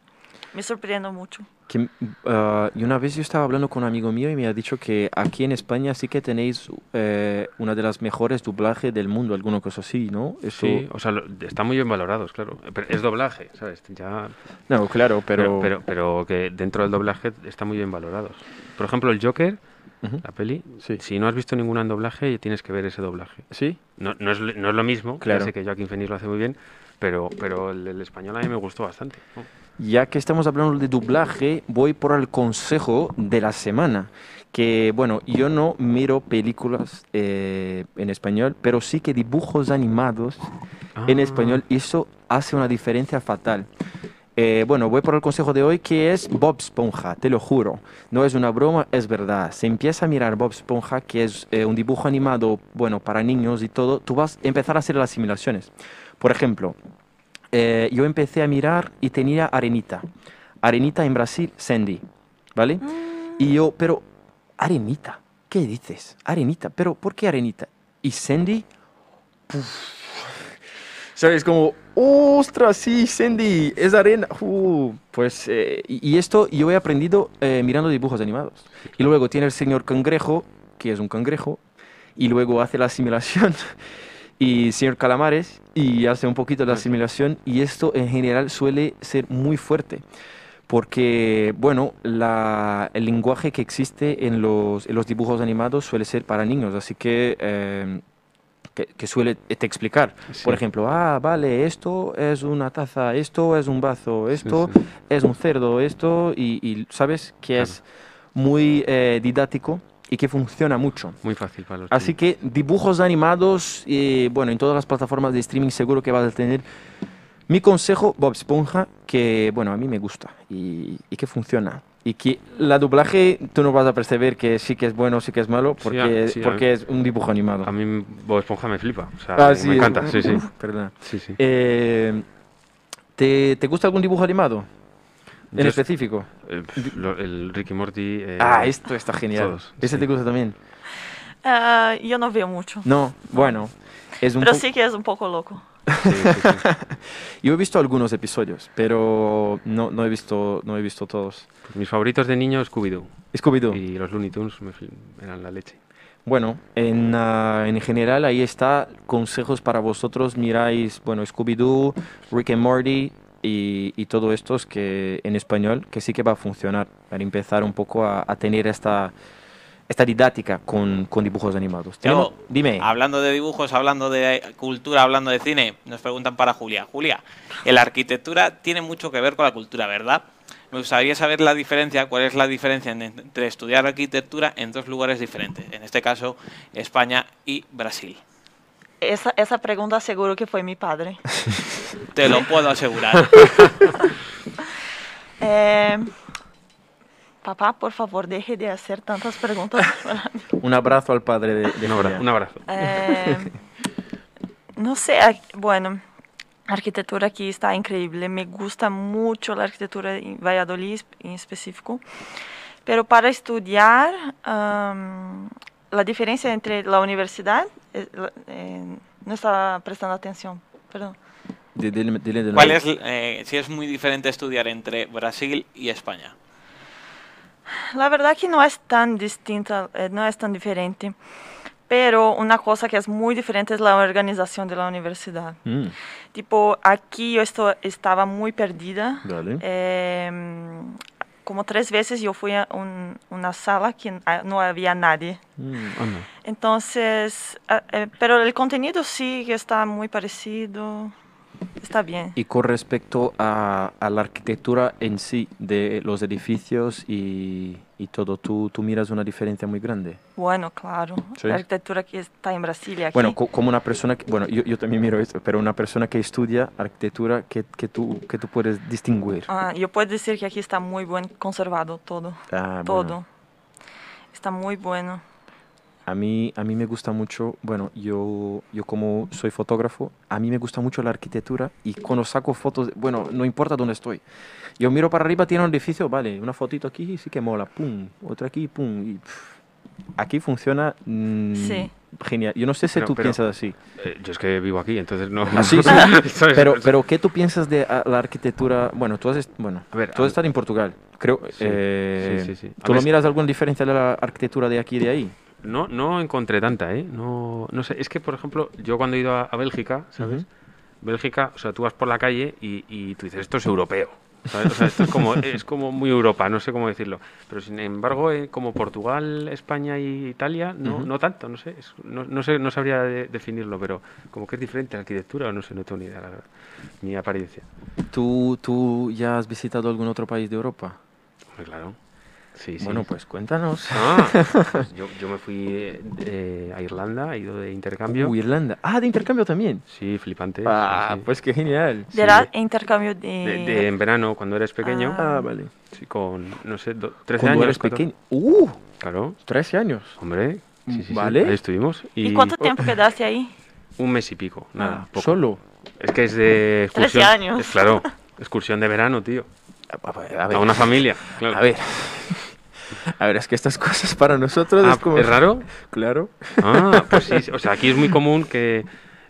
Me sorprende mucho. que, ah, y una vez yo estaba hablando con un amigo mío y me ha dicho que aquí en España sí que tenéis eh, una de las mejores doblajes del mundo, alguna cosa así, ¿no? Eso- Sí, o sea, lo- están muy bien valorados, claro. Pero es doblaje, ¿sabes? Ya, No, claro, pero... pero, pero, pero que dentro del doblaje están muy bien valorados. Por ejemplo, el Joker, Ujú. la peli, Sí. si no has visto ninguna en doblaje, tienes que ver ese doblaje. ¿Sí? No, no es, lo- no es lo mismo, Claro. claro. sé que Joaquín Phoenix lo hace muy bien, pero, pero el, el español a mí me gustó bastante. ¿no? Ya que estamos hablando de doblaje, voy por el consejo de la semana. Que bueno, yo no miro películas eh, en español, pero sí que dibujos animados en Ah. español y eso hace una diferencia fatal. Eh, bueno, voy por el consejo de hoy que es Bob Esponja, te lo juro. No es una broma, es verdad. Si empieza a mirar Bob Esponja, que es eh, un dibujo animado, bueno, para niños y todo, tú vas a empezar a hacer las simulaciones. Por ejemplo, eh, yo empecé a mirar y tenía Arenita. Arenita en Brasil, Sandy, ¿vale? Y yo, pero, Arenita, ¿qué dices? Arenita, pero ¿por qué Arenita? Y Sandy, ¿Sabes? Como, ostras, sí, Sandy, es arena. Uh, pues, eh, y, y esto yo he aprendido eh, mirando dibujos animados. Y luego tiene el señor cangrejo, que es un cangrejo, y luego hace la asimilación. Y señor Calamares, y hace un poquito Mm. la asimilación, y esto en general suele ser muy fuerte, porque, bueno, la- el lenguaje que existe en los, en los dibujos animados suele ser para niños, así que, eh, que, que suele e, te explicar. Sí. Por ejemplo, ah, vale, esto es una taza, esto es un vaso, Sí, esto sí. es un cerdo, esto, y, y sabes que Claro. es muy eh, didáctico y que funciona mucho. Muy fácil para los Así que dibujos animados, eh, bueno, en todas las plataformas de streaming seguro que vas a tener. Mi consejo, Bob Esponja, que bueno, a mí me gusta y, y que funciona. Y que la doblaje tú no vas a percibir que sí que es bueno, sí que es malo, Sí, a- porque, sí, a porque es un dibujo animado. A mí Bob Esponja me flipa. O sea, Ah, me sí, encanta. uf, Sí, sí. uf, perdona. sí, sí. Eh, ¿te, te gusta algún dibujo animado? En Yo- específico. eh, pf, lo- el Ricky Morty. eh, ah, esto está genial. todos, ¿Ese sí. te gusta también? Ah, yo no veo mucho. No, bueno. Es un Pero po- sí que es un poco loco. sí, sí, sí. Yo he visto algunos episodios, pero no, no, he, visto, no he visto todos. Mis favoritos de niño, Scooby-Doo. Scooby-Doo. Y los Looney Tunes me fli- eran la leche. Bueno, en, ah, en general ahí está. Consejos para vosotros. Miráis, bueno, Scooby-Doo, Rick and Morty y, y todo esto es que en español que sí que va a funcionar para empezar un poco a, a tener esta, esta didáctica con, con dibujos animados. Tiago, Tenemos- dime. Hablando de dibujos, hablando de cultura, hablando de cine, nos preguntan para Julia. Julia, la arquitectura tiene mucho que ver con la cultura, ¿verdad? Me gustaría saber la diferencia, cuál es la diferencia en- entre estudiar arquitectura en dos lugares diferentes, en este caso España y Brasil. Esa, esa pregunta seguro que fue mi padre. Te lo puedo asegurar. Eh, papá, por favor, deje de hacer tantas preguntas para mí. Un abrazo al padre de, de Un abra- Julia. un abrazo. Eh, no sé, ar- bueno, arquitectura aquí está increíble. Me gusta mucho la arquitectura en Valladolid en específico. Pero para estudiar, am, la diferencia entre la universidad, eh, la- eh, no estaba prestando atención, perdón. Di- dile- dile de nuevo. ¿Cuál es, eh, si es muy diferente estudiar entre Brasil y España? La verdad que no es tan distinta, eh, no es tan diferente. Pero una cosa que es muy diferente es la organización de la universidad. Mm, Tipo, aquí yo esto- estaba muy perdida. Vale. Em, como tres veces yo fui a un- una sala que ah, no había nadie. mm. Anda. Entonces, ah, eh, pero el contenido sí que está muy parecido. Está bien. Y con respecto a, a la arquitectura en sí, de los edificios y, y todo, ¿tú, tú miras una diferencia muy grande. Bueno, claro. Sí. La arquitectura que está en Brasil y aquí. Bueno, co- como una persona, que- bueno, yo, yo también miro esto, pero una persona que estudia arquitectura, que, que, tú, que tú puedes distinguir? Ah, yo puedo decir que aquí está muy buen conservado todo. Ah, bueno, todo. Está muy bueno. a, mí, a mí me gusta mucho, bueno, yo, yo como soy fotógrafo, a mí me gusta mucho la arquitectura y cuando saco fotos, bueno, no importa dónde estoy. Yo miro para arriba, tiene un edificio, vale, una fotito aquí sí que mola, pum, otra aquí, pum, y pff, aquí funciona mm, Sí. genial. Yo no sé si Pero- tú pero- piensas así. Eh, yo es que vivo aquí, entonces no. Ah, sí, sí. ¿Sabes? Pero, pero ¿qué tú piensas de ah, la arquitectura? Bueno, tú has, est- bueno, A ver, tú a- has estado en Portugal, creo. Sí, eh, sí, sí, sí. A ¿Tú ver, lo es- miras alguna diferencia de la arquitectura de aquí y de ahí? No, no encontré tanta, ¿eh? No, no sé, es que, por ejemplo, yo cuando he ido a, a Bélgica, ¿sabes? Bélgica, o sea, tú vas por la calle y, y tú dices, esto es europeo. ¿sabes? O sea, esto es como, es como muy Europa, no sé cómo decirlo. Pero sin embargo, eh, como Portugal, España y Italia, no, Ujú. no tanto, no sé, es- no, no sé, no sabría de- definirlo, pero como que es diferente la arquitectura, no sé, no tengo ni idea, la verdad, ni apariencia. ¿Tú, ¿Tú ya has visitado algún otro país de Europa? Hombre, Pues claro. Sí, sí. Bueno, pues cuéntanos. Ah, pues yo, yo me fui eh, eh, a Irlanda, he ido de intercambio. Uh, Irlanda. Ah, de intercambio también. Sí, flipante. sí, Ah, sí. pues qué genial. Sí. Era intercambio de... De- de- en verano, cuando eres pequeño, Ah, vale. sí, con, no sé, do- 13 Cuando años. eres cuatro- pequeño. Uh, Claro, 13 años. hombre. Sí, sí, sí, Vale. Ahí estuvimos. Y, ¿Y cuánto oh. tiempo quedaste ahí? Un mes y pico, nada. Ah, poco. Solo. Es que es de excursión. años. es claro, excursión de verano, tío. A a ver, A una familia. claro. a ver. A ver, es que estas cosas para nosotros Ah, es como... ¿Es raro? Claro. Ah, pues sí, o sea, aquí es muy común que,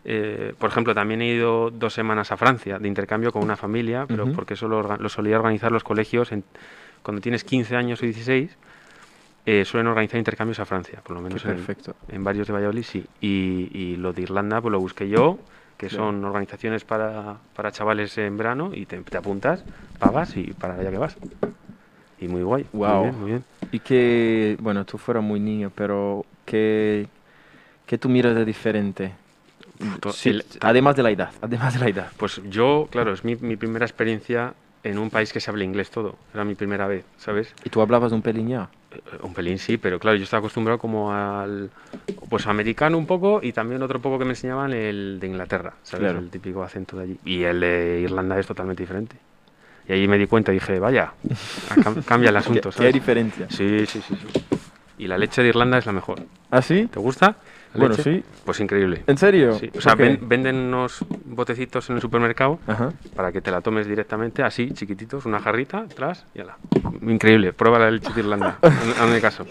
eh, por ejemplo, también he ido dos semanas a Francia de intercambio con una familia, pero Ujú. porque eso lo, orga- lo solía organizar los colegios en- cuando tienes 15 años o 16, eh, suelen organizar intercambios a Francia, por lo Qué menos en, perfecto. en varios de Valladolid sí. Y, y lo de Irlanda, pues lo busqué yo, que Claro. son organizaciones para, para chavales en verano y te, te apuntas, pagas y para allá que vas. Y muy guay. Guau. Muy bien, muy bien. Y que, bueno, tú fueras muy niño, pero que, que tú miras de diferente. to- Sí, el- además de la edad, además de la edad. Pues yo, claro, es mi, mi primera experiencia en un país que se habla inglés todo. Era mi primera vez, ¿sabes? Y tú hablabas de un pelín ya. Eh, Un pelín sí, pero claro, yo estaba acostumbrado como al pues americano un poco y también otro poco que me enseñaban el de Inglaterra, ¿sabes? Claro. El típico acento de allí. Y el de Irlanda es totalmente diferente. Y ahí me di cuenta y dije, vaya, a cam- cambia el asunto, ¿Qué, qué ¿sabes? diferencia? Sí, sí, sí, sí. Y la leche de Irlanda es la mejor. ¿Ah, sí? ¿Te gusta? la Bueno, leche? sí. Pues increíble. ¿En serio? Sí, O sea, Ok. ven- venden unos botecitos en el supermercado Ajá. para que te la tomes directamente, así, chiquititos, una jarrita, atrás y ala. Increíble, prueba la leche de Irlanda, hazme- hazme caso.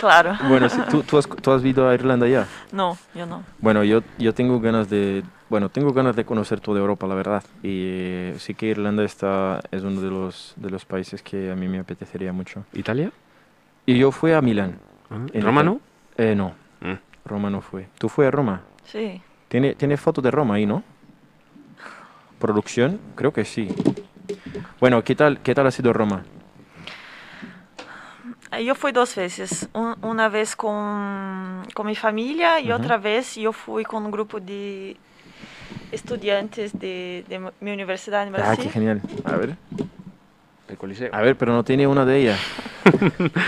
Claro. Bueno, sí, ¿tú, tú has, tú has ido a Irlanda ya. No, yo no. Bueno, yo, yo tengo ganas de... Bueno, tengo ganas de conocer toda Europa, la verdad. Y eh, sí que Irlanda está, es uno de los, de los países que a mí me apetecería mucho. ¿Italia? Y yo fui a Milán. Ah, En ¿Roma no? Eh, no, Mm. Roma no fue. ¿Tú fue a Roma? Sí. Tiene, tiene foto de Roma ahí, ¿no? ¿Producción? Creo que sí. Bueno, ¿qué tal, qué tal ha sido Roma? Eh, Yo fui dos veces. Un- una vez con, con mi familia y Ujú. otra vez yo fui con un grupo de estudiantes de, de m- mi universidad en Ah, qué Brasil. genial. A ver. El Coliseo. A ver, pero no tiene una de ellas.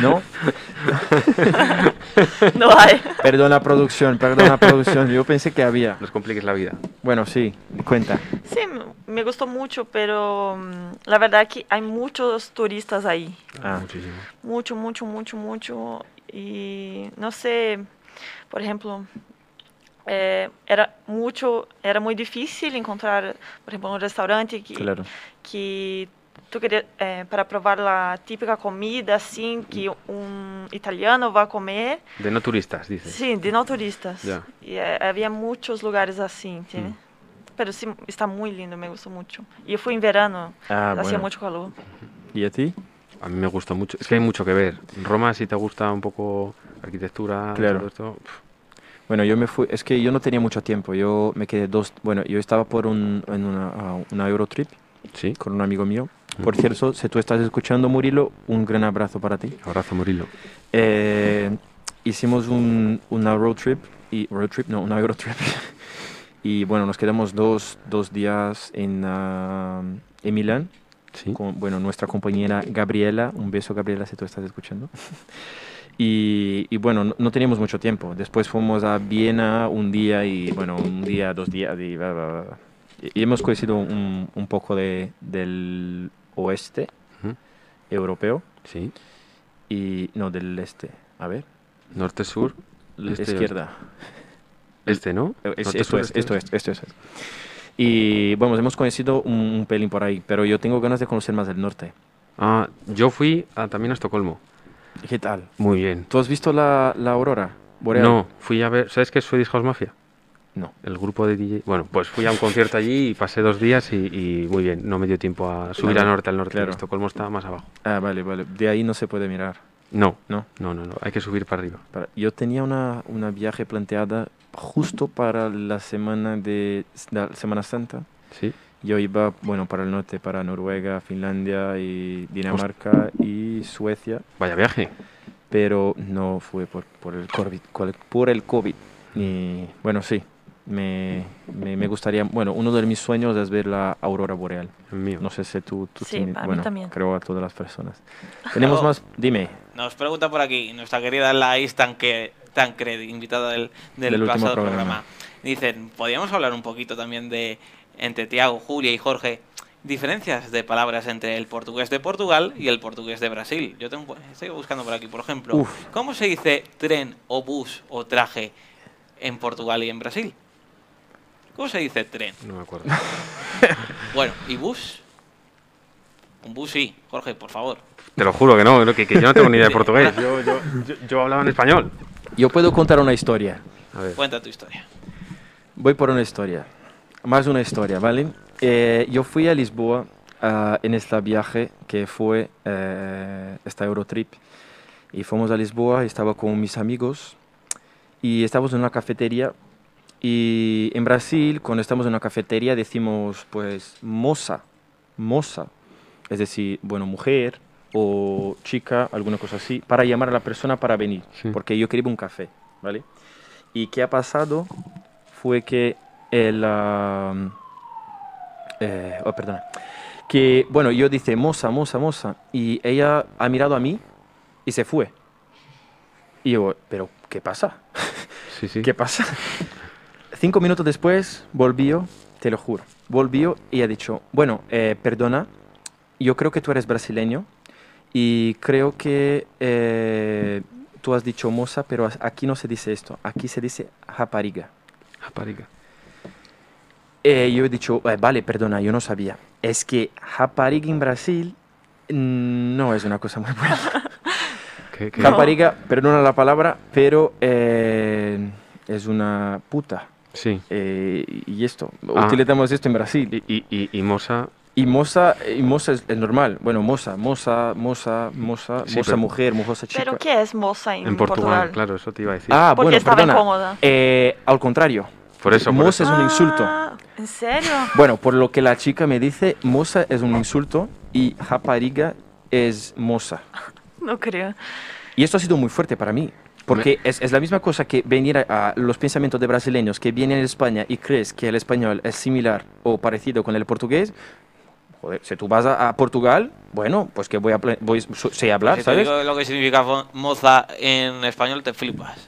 ¿No? no hay. Perdona producción, perdona producción. Yo pensé que había. Nos compliques la vida. Bueno, sí, cuenta. Sí, m- me gustó mucho, pero mm, la verdad que hay muchos turistas ahí. Ah. Muchísimo. Mucho, mucho, mucho, mucho. Y no sé, por ejemplo, eh, era mucho, era muy difícil encontrar, por ejemplo, un restaurante que, Claro. que tú queria, eh, para probar la típica comida assim que um italiano vai comer, De no turistas, dices. sim, de não turistas. Já. E eh, havia muitos lugares assim, entende? Hum. Pero sim, está muito lindo, me gostou muito. E eu fui em verano, Ah, hacía bueno. muito calor. ¿Y a ti? A mí me gusta mucho. Es que hay mucho que ver. En Roma, si te gusta un poco arquitectura, Claro. todo esto, pf, Bueno, yo me fui, es que yo no tenía mucho tiempo, yo me quedé dos, bueno, yo estaba por un, en una, a una Eurotrip sí. con un amigo mío. Mm. Por cierto, si tú estás escuchando, Murilo, un gran abrazo para ti. Abrazo, Murilo. Eh, hicimos un, una road trip, y, road trip, no, una Eurotrip. y bueno, nos quedamos dos, dos días en, ah, en Milán Sí. con bueno, nuestra compañera Gabriela. Un beso, Gabriela, si tú estás escuchando. Y, y bueno, no, no teníamos mucho tiempo. Después fuimos a Viena un día y bueno, un día, dos días. Y, bla, bla, bla. Y- y hemos conocido un, un poco de, del oeste Ujú. europeo Sí. y no del este. A ver, Norte, sur, la Este y izquierda. este, ¿no? Eh, es- Norte, esto, sur, es, este, esto es, oeste. esto es. Y vamos, hemos conocido un, un pelín por ahí, pero yo tengo ganas de conocer más del norte. Ah, yo fui a- también a Estocolmo. ¿Qué tal? Muy bien. ¿Tú has visto la, la aurora boreal? No, fui a ver. ¿Sabes qué es Swedish House Mafia? No. El grupo de DJ. Bueno, pues fui a un concierto allí y pasé dos días y, y muy bien. No me dio tiempo a subir Claro, al norte, al norte. claro. Estocolmo está más abajo. Ah, vale, vale. De ahí no se puede mirar, No, ¿no? no, no, no. Hay que subir para arriba. Para- Yo tenía una, una viaje planteada justo para la semana de la Semana Santa Sí. Yo iba, bueno, para el norte, para Noruega, Finlandia y Dinamarca y Suecia, Vaya viaje. pero no fue por, por el COVID. cual- Por el COVID. Y bueno, sí, me, me, me gustaría, bueno, uno de mis sueños es ver la aurora boreal. El mío. No sé si tú, tú Sí, tienes- para mí bueno, también. creo a todas las personas. Tenemos Claro. más, dime, Nos pregunta por aquí nuestra querida Laís Tanque, Tancred, invitada del, del Del último pasado programa. programa. Dicen, ¿podríamos hablar un poquito también de, entre Tiago, Julia y Jorge, diferencias de palabras entre el portugués de Portugal y el portugués de Brasil? Yo tengo, estoy buscando por aquí, por ejemplo, Uf. ¿cómo se dice tren o bus o traje en Portugal y en Brasil? ¿Cómo se dice tren? No me acuerdo. Bueno, ¿y bus? Un bus sí, Jorge, por favor. Te lo juro que no, que, que yo no tengo ni idea de portugués. Yo, yo- yo- yo hablaba en español. yo puedo contar una historia. A ver. Cuenta tu historia. Voy por una historia, más una historia, ¿vale? Eh, yo fui a Lisboa ah, en este viaje que fue eh, esta Eurotrip y fuimos a Lisboa, estaba con mis amigos y estábamos en una cafetería y en Brasil cuando estamos en una cafetería decimos pues moza, moza, es decir, bueno, mujer o chica, alguna cosa así, para llamar a la persona para venir, Sí. porque yo quería un café, ¿vale? ¿Y qué ha pasado? fue que el... ah, eh, oh, perdona. Que, bueno, yo dije, moza, moza, moza. Y ella ha mirado a mí y se fue. Y yo, pero, ¿qué pasa? Sí, sí. ¿Qué pasa? Cinco minutos después volvió, te lo juro, volvió y ha dicho, bueno, eh, perdona, yo creo que tú eres brasileño y creo que eh, tú has dicho moza, pero aquí no se dice esto, aquí se dice japariga. Japarica. Eh, yo he dicho, "Eh, vale, perdona, yo no sabía. Es que Japariga en Brasil mm, no es una cosa muy buena. ¿Qué- qué? Japariga, perdona la palabra, pero eh, es una puta. Sí. Eh, y esto, Ah. utilizamos esto en Brasil. Y, y, y, y Mosa. Y moza, y moza es, es normal. Bueno, moza, moza, moza, moza, Sí, moza pero- mujer, moza chica. Pero ¿qué es moza en, En Portugal, claro, eso te iba a decir. Ah, Porque bueno, estaba perdona. incómoda. Eh, al contrario. por eso, por moza eso. es un insulto. Ah, ¿En serio? Bueno, por lo que la chica me dice, moza es un insulto y japariga es moza. No creo. Y esto ha sido muy fuerte para mí. Porque es, es la misma cosa que venir a, a los pensamientos de brasileños que vienen a España y crees que el español es similar o parecido con el portugués. Joder, si tú vas a, a Portugal, bueno, pues que voy a, pla- voy, so- sé hablar, si te ¿sabes? digo lo que significa fo- moza en español, te flipas.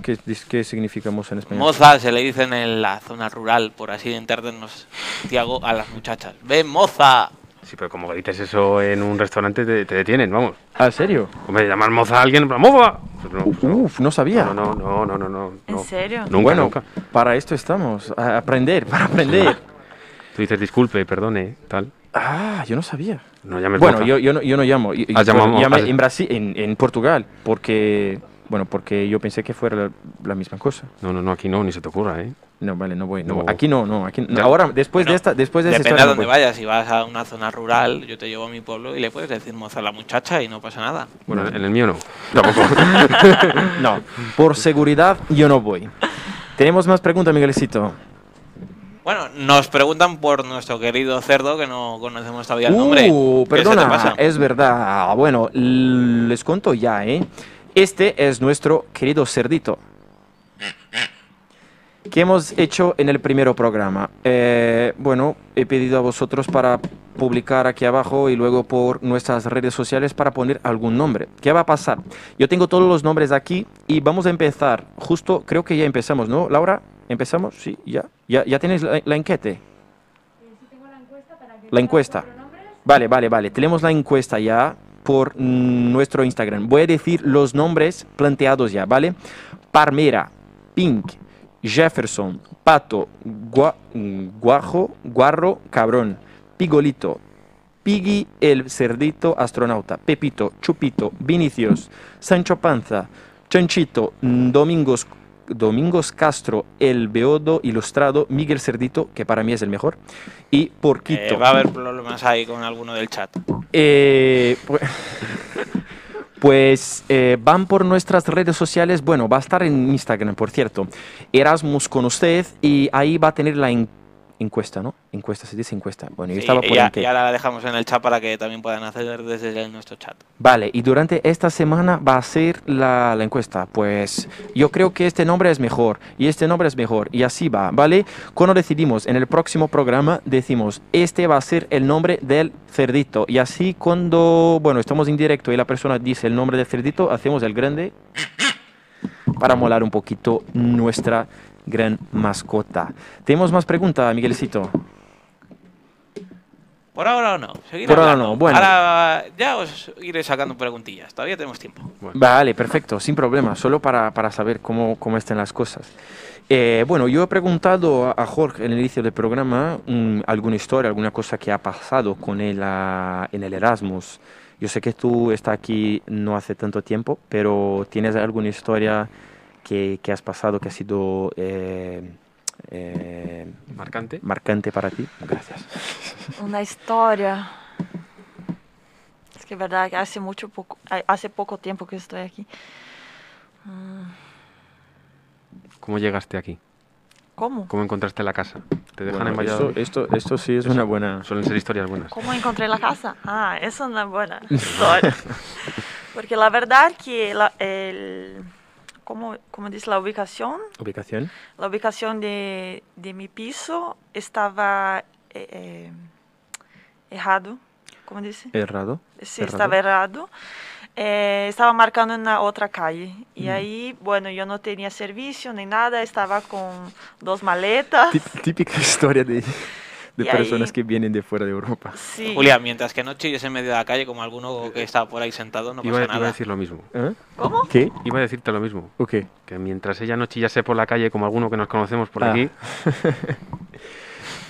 ¿Qué, dis- qué significa moza en español? Moza se le dice en la zona rural, por así entendernos, Tiago, a las muchachas. ¡Ven, moza! Sí, pero como dices eso en un restaurante, te, te detienen, vamos. ¿Ah, serio? Hombre, llamar moza a alguien, en plan, ¡moza! Pues Uh, no, pues no. Uf, no sabía. No, no, no, no, no, no. ¿En no. serio? Nunca, bueno, nunca. para esto estamos, a aprender, para aprender. Tú dices disculpe, perdone, tal. Ah, yo no sabía. No llames Bueno, moza. yo, yo, no, yo no llamo. y- y- Ah, Has llamado bueno, llamé moza. en, Brasil, en, en Portugal, porque, bueno, porque yo pensé que fuera la- la misma cosa. No, no, no, aquí no, ni se te ocurra, ¿eh? No, vale, no voy. No, No. voy. Aquí no, no. Aquí, no. Ya. Ahora, después de Bueno, esta, después de esta Depende a historia. pues. no dónde voy. vayas. Si vas a una zona rural, yo te llevo a mi pueblo y le puedes decir moza a la muchacha y no pasa nada. Bueno, Vale. en el mío no. Tampoco. pues. No, por seguridad yo no voy. Tenemos más preguntas, Miguelcito. Bueno, nos preguntan por nuestro querido cerdo, que no conocemos todavía el nombre. Uh, ¿Qué se te perdona, pasa? es verdad. Ah, Bueno, l- les cuento ya, ¿eh? Este es nuestro querido cerdito. ¿Qué hemos hecho en el primer programa? Eh, bueno, he pedido a vosotros para publicar aquí abajo y luego por nuestras redes sociales para poner algún nombre. ¿Qué va a pasar? Yo tengo todos los nombres aquí y vamos a empezar. Justo, creo que ya empezamos, ¿no, Laura? ¿Empezamos? Sí, ya. ¿Ya, ya tenéis la, la enquete? Eh, La encuesta. Vale, vale, vale. Tenemos la encuesta ya por mm, nuestro Instagram. Voy a decir los nombres planteados ya, ¿vale? Parmera, Pink, Jefferson, Pato, Gua- Guajo, Guarro, Cabrón, Pigolito, Piggy, el cerdito astronauta, Pepito, Chupito, Vinicius, Sancho Panza, Chanchito, mm, Domingos, Domingos Castro, El Beodo Ilustrado, Miguel Cerdito, que para mí es el mejor, y Porquito. Eh, va a haber problemas ahí con alguno del chat. Eh, pues pues, eh, van por nuestras redes sociales. Bueno, va a estar en Instagram, por cierto. Erasmus con usted y ahí va a tener la en- encuesta, ¿no? Encuesta, se dice encuesta. Bueno, yo Sí, estaba y por ya, ente. y ahora la dejamos en el chat para que también puedan acceder desde el- nuestro chat. Vale, y durante esta semana va a ser la, la encuesta. Pues yo creo que este nombre es mejor y este nombre es mejor y así va, ¿vale? Cuando decidimos en el próximo programa, decimos, este va a ser el nombre del cerdito. Y así cuando, bueno, estamos en directo y la persona dice el nombre del cerdito, hacemos el grande para molar un poquito nuestra gran mascota. ¿Tenemos más preguntas, Miguelcito? Por ahora no. seguid Por ahora hablando. no, bueno. Ahora ya os iré sacando preguntillas. Todavía tenemos tiempo. Vale, perfecto, sin problema, solo para, para saber cómo, cómo están las cosas. Eh, bueno, yo he preguntado a, a Jorge en el inicio del programa mm, alguna historia, alguna cosa que ha pasado con él ah, en el Erasmus. Yo sé que tú estás aquí no hace tanto tiempo, pero ¿tienes alguna historia que, que has pasado que ha sido eh, eh, Marcante. marcante para ti? Gracias. Una historia. Es que es verdad que hace mucho poco, ha- hace poco tiempo que estoy aquí. Mm, ¿Cómo llegaste aquí? ¿Cómo? ¿Cómo encontraste la casa? ¿Te dejan en esto, Valladolid? sí es una buena... Suelen ser historias buenas. ¿Cómo encontré la casa? Ah, esa es una buena historia. Porque la verdad que la, el, como, como dice la ubicación, ¿Ubicación? la ubicación de, de mi piso estaba eh, eh, errado, ¿cómo dice? ¿Errado? Sí, errado. estaba errado. Eh, estaba marcando en la otra calle. Y Mm. ahí, bueno, yo no tenía servicio ni nada, estaba con dos maletas. Tip- Típica historia de, de Y ahí- personas que vienen de fuera de Europa. Sí. Julián, mientras que no chilles en medio de la calle como alguno que está por ahí sentado, no iba, pasa iba a nada. decir lo mismo. ¿Eh? ¿Cómo? ¿Qué? Iba a decirte lo mismo. ¿O qué? Que mientras ella no chillase por la calle como alguno que nos conocemos por Ah. aquí,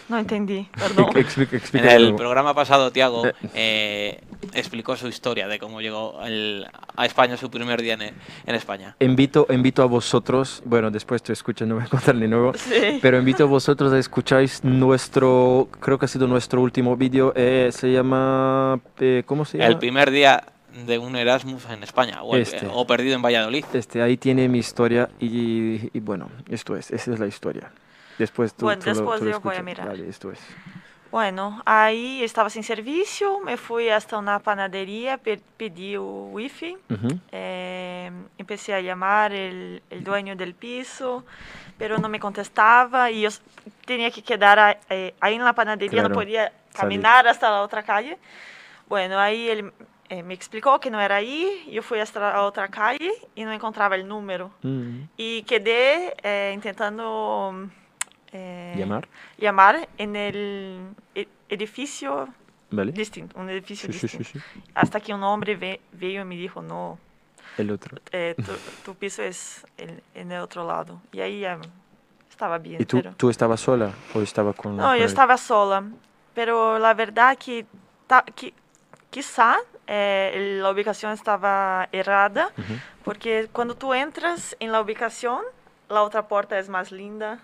No entendí, perdón. Ex- Explica, En explica. el luego. programa pasado, Tiago Eh. eh, explicó su historia de cómo llegó el- a España su primer día en, en España. Invito, invito a vosotros, bueno, después te escuchas, no voy a contar de nuevo, Sí. pero invito a vosotros a escucháis nuestro, creo que ha sido nuestro último vídeo, eh, se llama, eh, ¿cómo se llama? El primer día de un Erasmus en España o, el- Este. o perdido en Valladolid. Este, ahí tiene mi historia y, y bueno, esto es, esa es la historia. Después tú, Bueno, tú lo- después tú lo yo voy a escuchas. mirar. Vale, esto es. Bueno, ahí estava sem serviço, me fui hasta uma panadería, pe- pedi o wifi, Ujú. eh, empecé a llamar el, el dueño del piso, pero não me contestava e eu s- tinha que quedar a- eh, aí na panadería, Claro, não podia sabe. caminar hasta a outra calle. Bueno, aí ele eh, me explicou que não era aí, e eu fui hasta a outra calle e não encontrava o número. Mm. E quedei eh, tentando... eh, ¿Llamar? llamar en el e- edificio ¿Vale? distinto, un edificio Sí, sí, sí, distinto. sí. Hasta que un hombre ve- veio y me dijo, no, El otro. eh, tu, tu piso es en, en el otro lado. Y ahí ya estaba bien. ¿Y tú, pero- tú estabas sola o estaba con... No, con yo él? estaba sola, pero la verdad que, ta- que quizá eh, la ubicación estaba errada, Ujú. porque cuando tú entras en la ubicación, la otra puerta es más linda,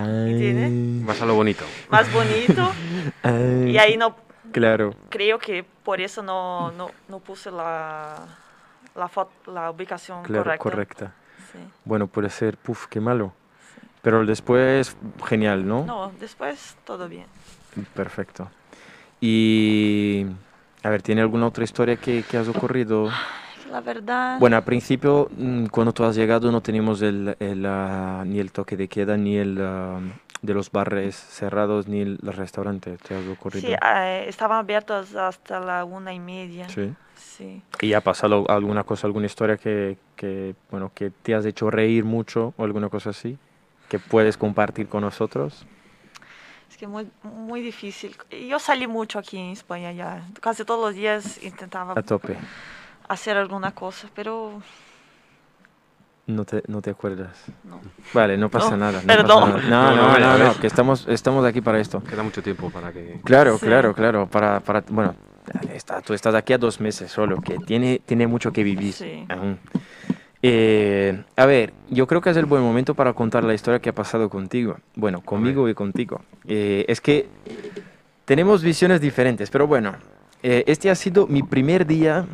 ¿Entiendes? vas a lo bonito. más bonito, Ay, y ahí no, Claro. creo que por eso no, no, no puse la, la, fo- la ubicación Claro, correcta. correcta. Sí. Bueno, puede ser, puf, qué malo. Pero después, genial, ¿no? No, después todo bien. Perfecto. Y, a ver, ¿tiene alguna otra historia que, que has ocurrido? La verdad, Bueno, al principio, mm, cuando tú has llegado, no teníamos el, el, ah, ni el toque de queda, ni el ah, de los bares cerrados, ni el restaurante. ¿Te has ocurrido? sí, eh, estaban abiertos hasta la una y media. Sí. Sí. ¿Y ha pasado alguna cosa, alguna historia que, que, bueno, que te has hecho reír mucho o alguna cosa así? ¿Que puedes compartir con nosotros? Es que muy, muy difícil. Yo salí mucho aquí en España ya. Casi todos los días intentaba A tope. hacer alguna cosa, pero No te, no te acuerdas. no. Vale, no pasa No, nada. no perdón. pasa nada. No, no, No, vaya, no, a no, ver. no, que estamos, estamos aquí para esto. Queda mucho tiempo para que... Claro, Sí. claro, claro. Para, para, bueno, está, tú estás aquí a dos meses solo, que tiene, tiene mucho que vivir. Sí. aún. Eh, a ver, yo creo que es el buen momento para contar la historia que ha pasado contigo. Bueno, conmigo y contigo. Eh, es que tenemos visiones diferentes, pero bueno, eh, este ha sido mi primer día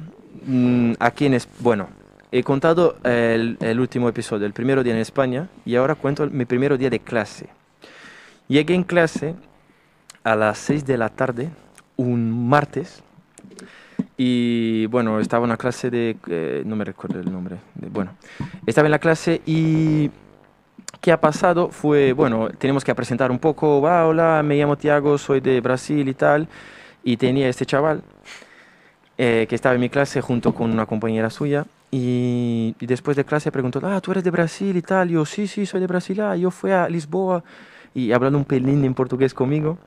mm, aquí en España. Bueno, he contado el, el último episodio, el primero día en España, y ahora cuento el- mi primer día de clase. Llegué en clase a las 6 de la tarde, un martes, y bueno, estaba en la clase de... eh, no me recuerdo el nombre. de- bueno, estaba en la clase y... ¿Qué ha pasado? Fue, bueno, tenemos que presentar un poco, "Va, hola, me llamo Tiago, soy de Brasil y tal, y tenía este chaval eh, que estaba en mi clase junto con una compañera suya. Y, y después de clase preguntó, ah, tú eres de Brasil y tal. Yo, sí, sí, soy de Brasil. Ah, yo fui a Lisboa y hablando un pelín en portugués conmigo.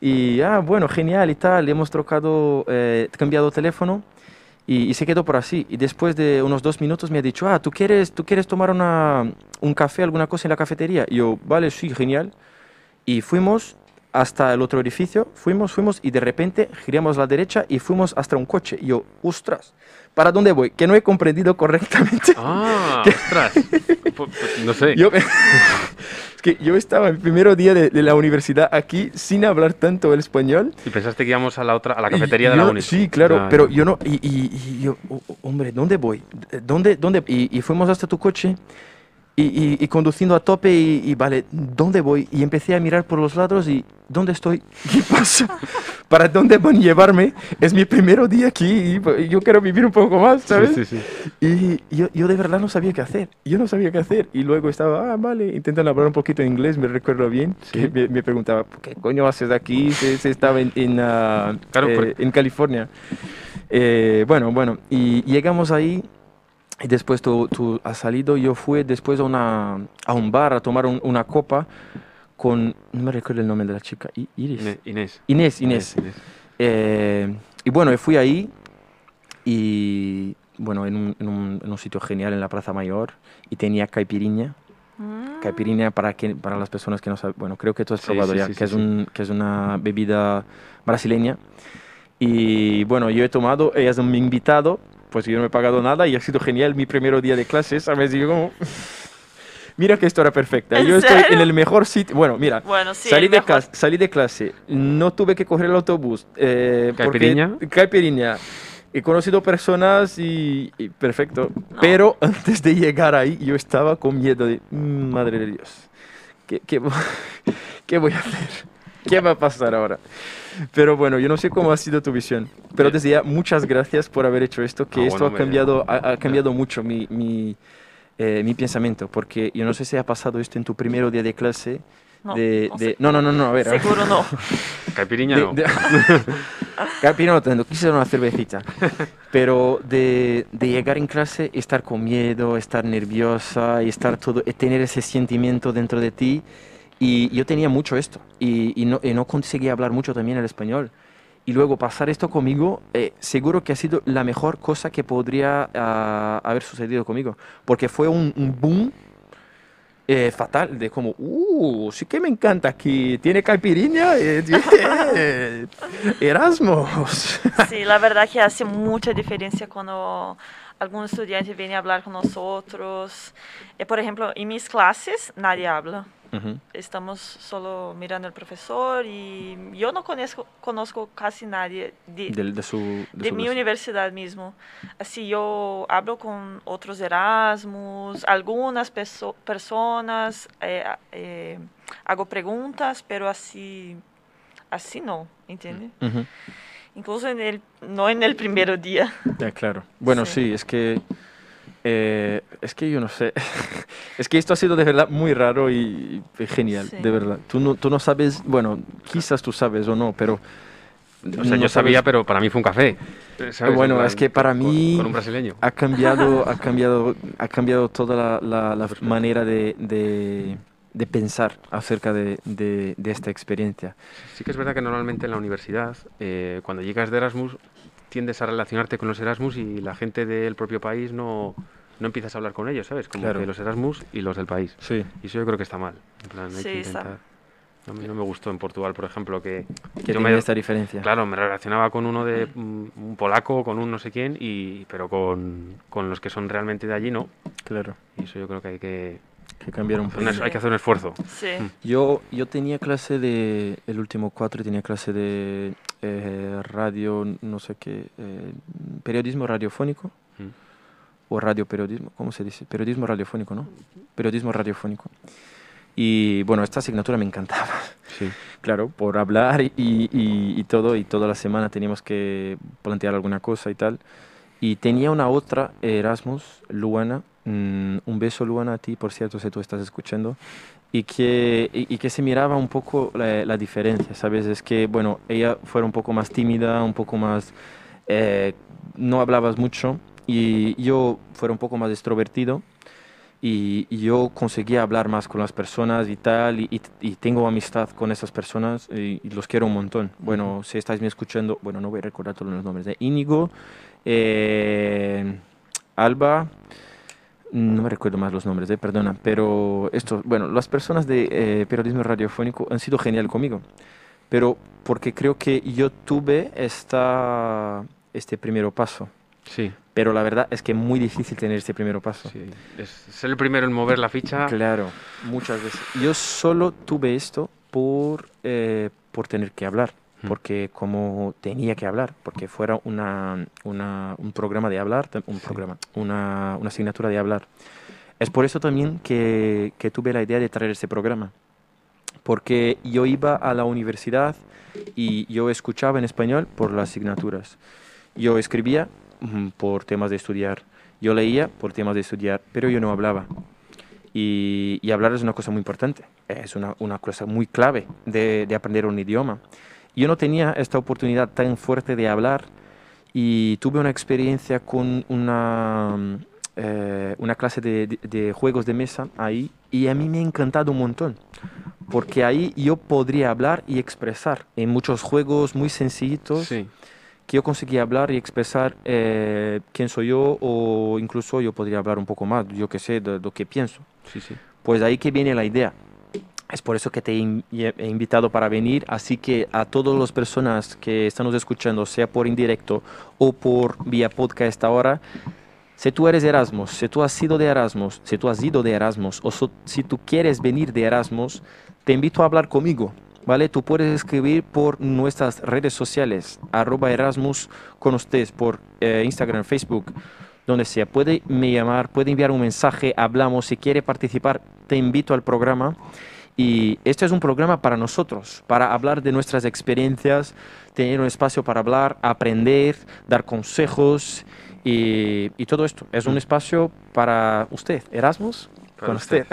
Y, ah, bueno, genial y tal. Hemos trocado, eh, cambiado teléfono y, y se quedó por así. Y después de unos dos minutos me ha dicho, ah, ¿tú quieres, tú quieres tomar una, un café, alguna cosa en la cafetería? Y yo, vale, sí, genial. Y fuimos hasta el otro edificio, fuimos, fuimos y de repente giramos a la derecha y fuimos hasta un coche. Y yo, ostras, ¿para dónde voy? Que no he comprendido correctamente. ¡Ah! ¡Ostras! Pu- pu- No sé. Yo, es que yo estaba el primer día de, de la universidad aquí sin hablar tanto el español. Y pensaste que íbamos a la otra, a la Y cafetería de yo- la uni. Sí, claro, Ah, pero ya. yo no. Y, y- y yo, "Oh, oh, hombre, ¿dónde voy? ¿Dónde? dónde? Y, y fuimos hasta tu coche y, y- y conduciendo a tope y, y, vale, ¿dónde voy? Y empecé a mirar por los lados y ¿dónde estoy? ¿Qué pasa? ¿Para dónde van a llevarme? Es mi primer día aquí y, y yo quiero vivir un poco más, ¿sabes? Sí, sí, sí. Y yo, yo de verdad no sabía qué hacer. Yo no sabía qué hacer. Y luego estaba, ah, vale, intentando hablar un poquito de inglés, me recuerdo bien. Sí. Que me, me preguntaba, ¿qué coño haces aquí? Se, se estaba en, en, ah, Claro, por- eh, en California. Eh, bueno, bueno, y llegamos ahí. Y después tú, tú has salido. Yo fui después a, una, a un bar a tomar un- una copa con, no me recuerdo el nombre de la chica, I- Iris. Ine- Inés. Inés, Inés. Eh, y bueno, y fui ahí y bueno, en un, en un- en un sitio genial en la Plaza Mayor y tenía caipirinha. Mm. Caipirinha para, que, para las personas que no saben, bueno, creo que tú has Sí, probado sí, ya, sí, que, sí, es sí. un- que es una bebida brasileña. Y bueno, yo he tomado, ella es mi invitado, pues yo no he pagado nada y ha sido genial mi primer día de clases, ¿sabes? Y yo como, mira que historia perfecta, ¿En yo estoy en serio? el mejor sitio, bueno, mira, Bueno, sí, salí, el de mejor. clase, salí de clase, no tuve que coger el autobús. Eh, porque- ¿Caipirinha? Caipirinha. He conocido personas y, y perfecto. No. Pero antes de llegar ahí yo estaba con miedo de, "Mm, madre de Dios, ¿qué, qué, vo- qué voy a hacer? ¿Qué va a pasar ahora? Pero bueno, yo no sé cómo ha sido tu visión. Pero Bien. desde ya, muchas gracias por haber hecho esto, que Ah, esto bueno, ha me- cambiado, ha, ha cambiado mucho mi, mi, eh, mi pensamiento, porque yo no sé si ha pasado esto en tu primer día de clase, No, de, no de- no, no, no, no, a ver. a ver. Seguro no. Caipiriña De- no. de- Capi no tanto, quise una cervecita. Pero de, de llegar en clase, estar con miedo, estar nerviosa y estar todo, y tener ese sentimiento dentro de ti. Y yo tenía mucho esto y, y no, y no conseguía hablar mucho también el español. Y luego pasar esto conmigo, eh, seguro que ha sido la mejor cosa que podría ah, haber sucedido conmigo. Porque fue un, un boom eh, fatal, de como, uh, sí que me encanta aquí, tiene caipirinha, eh, eh, Erasmus. Sí, la verdad que hace mucha diferencia cuando algún estudiante viene a hablar con nosotros. Eh, por ejemplo, en mis clases nadie habla. Estamos solo mirando al profesor y yo no conozco, conozco casi nadie de, Del- de, su, de de su mi clase. universidad mismo. Así yo hablo con otros Erasmus, algunas perso- personas, eh, a- eh, hago preguntas, pero así, así no, ¿entiende? Ujú. Incluso en el, no en el primer día. Ya, claro. Bueno, Sí. sí, es que. eh, es que yo no sé. es que esto ha sido de verdad muy raro y, y genial, Sí. de verdad. Tú no, tú no sabes, bueno, quizás tú sabes o no, pero. O sea, yo sabía, pero para mí fue un café. Eh, ¿sabes? Bueno, En plan, es que para con- mí- Con un brasileño. Ha cambiado, ha cambiado, ha cambiado toda la, la- la manera de, de- de pensar acerca de, de- de esta experiencia. Sí que es verdad que normalmente en la universidad, eh, cuando llegas de Erasmus, tiendes a relacionarte con los Erasmus y la gente del propio país no, no empiezas a hablar con ellos, ¿sabes? Como Claro. que los Erasmus y los del país. Sí. Y eso yo creo que está mal. En plan, hay que Sí, está. intentar... A mí no me gustó en Portugal, por ejemplo, que Que yo tenía me, esta diferencia. claro, me relacionaba con uno de mm, un polaco, con un no sé quién, y pero con, con los que son realmente de allí no. claro. Y eso yo creo que hay que, Que cambiaron un hacer un es- poco. hay que hacer un esfuerzo. Sí, Yo, yo tenía clase de, el último cuatro, tenía clase de eh, radio, no sé qué, eh, periodismo radiofónico, Mm. o radio periodismo, ¿cómo se dice? Periodismo radiofónico, ¿no? Periodismo radiofónico. Y bueno, esta asignatura me encantaba. Sí. Claro, por hablar y, y- y todo, y toda la semana teníamos que plantear alguna cosa y tal. Y tenía una otra, Erasmus, Luana, mm, un beso Luana a ti, por cierto, si tú estás escuchando, y que, y, y que se miraba un poco la, la diferencia, ¿sabes? Es que, bueno, ella fue un poco más tímida, un poco más... eh, no hablabas mucho, y yo fuera un poco más extrovertido, y, y yo conseguía hablar más con las personas y tal, y, y- y tengo amistad con esas personas y, y los quiero un montón. Bueno, si estáis me escuchando, bueno, no voy a recordar todos los nombres de Íñigo, eh, Alba, no me recuerdo más los nombres, eh, perdona, pero esto, bueno, las personas de eh, periodismo radiofónico han sido genial conmigo, pero porque creo que yo tuve esta, este primer paso. Sí, Pero la verdad es que es muy difícil tener este primer paso. sí. Es ser el primero en mover la ficha. Claro, muchas veces. Yo solo tuve esto por, eh, por tener que hablar, Mm. porque como tenía que hablar, porque fuera una, una- un programa de hablar, tam- un programa, una, una asignatura de hablar. Es por eso también que, que tuve la idea de traer este programa, porque yo iba a la universidad y yo escuchaba en español por las asignaturas. Yo escribía mm, por temas de estudiar, yo leía por temas de estudiar, pero yo no hablaba. Y, y hablar es una cosa muy importante, es una, una cosa muy clave de, de aprender un idioma. Yo no tenía esta oportunidad tan fuerte de hablar y tuve una experiencia con una, mm, eh, una clase de, de- de juegos de mesa ahí y a mí me ha encantado un montón, porque ahí yo podría hablar y expresar en muchos juegos muy sencillitos Sí, que yo conseguía hablar y expresar eh, quién soy yo o incluso yo podría hablar un poco más, yo qué sé, de lo que pienso. sí, sí. Pues de ahí que viene la idea. Es por eso que te in- y he he invitado para venir. Así que a todas las personas que están nos escuchando, sea por indirecto o por vía podcast ahora, si tú eres Erasmus, si tú has sido de Erasmus, si tú has ido de Erasmus o so- si tú quieres venir de Erasmus, te invito a hablar conmigo. ¿Vale? Tú puedes escribir por nuestras redes sociales, arroba Erasmus con ustedes, por eh, Instagram, Facebook, donde sea. Puede me llamar, puede enviar un mensaje, hablamos. Si quiere participar, te invito al programa. Y este es un programa para nosotros, para hablar de nuestras experiencias, tener un espacio para hablar, aprender, dar consejos y, y todo esto. Es un espacio para usted, Erasmus, Para con usted.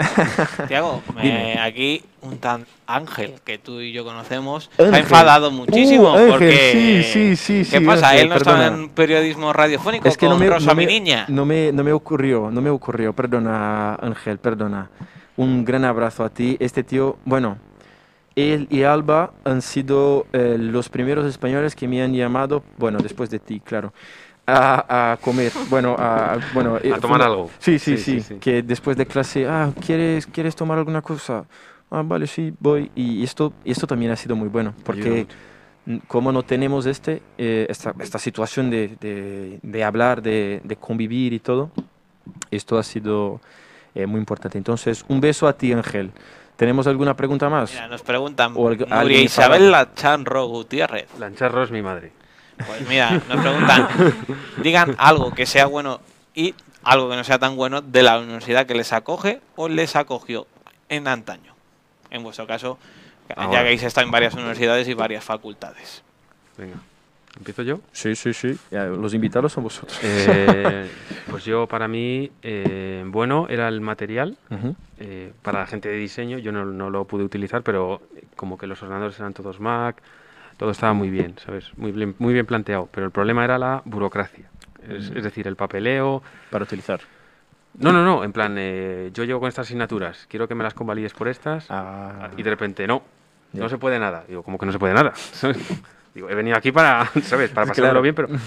Tiago, Dime. eh, aquí un tan Ángel que tú y yo conocemos se ha Ángel. Uh, enfadado muchísimo Ángel, porque sí, sí, sí, ¿qué sí, pasa? Ángel, Él no estaba perdona. en periodismo radiofónico Es que con no me, Rosa, no mi me- niña. No me, no me ocurrió, no me ocurrió. Perdona, Ángel, perdona. Un gran abrazo a ti. Este tío, bueno, él y Alba han sido eh, los primeros españoles que me han llamado, bueno, después de ti, claro, a, a comer, bueno, a, bueno, eh, A tomar fue- algo. Sí, sí, Sí, sí, sí, sí. Que después de clase, ah, ¿quieres, ¿quieres tomar alguna cosa? Ah, vale, sí, voy. Y esto, y esto también ha sido muy bueno, porque mucho. n- como no tenemos este, eh, esta, esta situación de, de- de hablar, de, de convivir y todo, esto ha sido eh, muy importante. Entonces, un beso a ti, Ángel. ¿Tenemos alguna pregunta más? Mira, nos preguntan O algo- Nuria alguien Isabel Chanro Gutiérrez. Lancharro es mi madre. Pues mira, nos preguntan, digan algo que sea bueno y algo que no sea tan bueno de la universidad que les acoge o les acogió en antaño. En vuestro caso, ya Ahora. que habéis estado en varias universidades y varias facultades. Venga. ¿Empiezo yo? Sí, sí, sí. Ya, los invitados son vosotros. Eh, pues yo, para mí, eh, bueno, era el material. Ujú. eh, para la gente de diseño. Yo no, no lo pude utilizar, pero eh, como que los ordenadores eran todos Mac, todo estaba muy bien, ¿sabes? Muy bien, muy bien planteado. Pero el problema era la burocracia. Es, Mm. es decir, el papeleo. Para utilizar. No, no, no. En plan, eh, yo llego con estas asignaturas, quiero que me las convalides por estas. Ah, Y de repente, no, Ya. no se puede nada. Digo, ¿cómo que no se puede nada? ¿Sabes? Digo, he venido aquí para, ¿sabes? Para pasármelo Claro. bien, pero...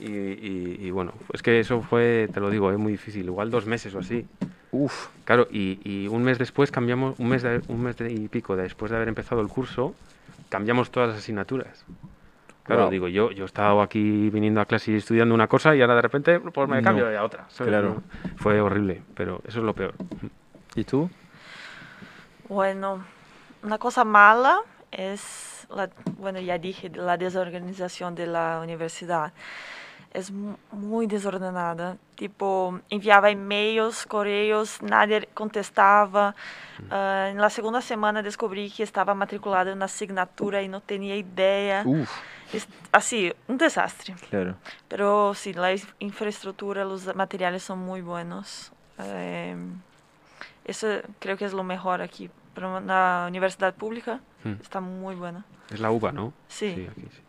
Y, y- y bueno, es que eso fue, te lo digo, es muy difícil. Igual dos meses o así. Uf, Claro, y, y un mes después cambiamos, un mes, de- un mes de- y pico después de haber empezado el curso, cambiamos todas las asignaturas. Claro, Guau. digo, yo, yo he estado aquí viniendo a clase y estudiando una cosa y ahora de repente pues me No. cambio a otra. ¿sabes? Claro. Fue horrible, pero eso es lo peor. ¿y tú? Bueno, una cosa mala es, la- bueno, ya dije, la desorganización de la universidad. es mu- muy desordenada. Tipo, enviaba emails, correos, nadie contestaba. Ah, en la segunda semana descubrí que estaba matriculada en una asignatura y no tenía idea. Uf, Es- así, un desastre. claro. Pero sí, la is- infraestructura, los materiales son muy buenos. Eh, eso creo que es lo mejor aquí. Pero la universidad pública Mm. está muy buena. Es la uva, ¿no? Sí. aquí sí.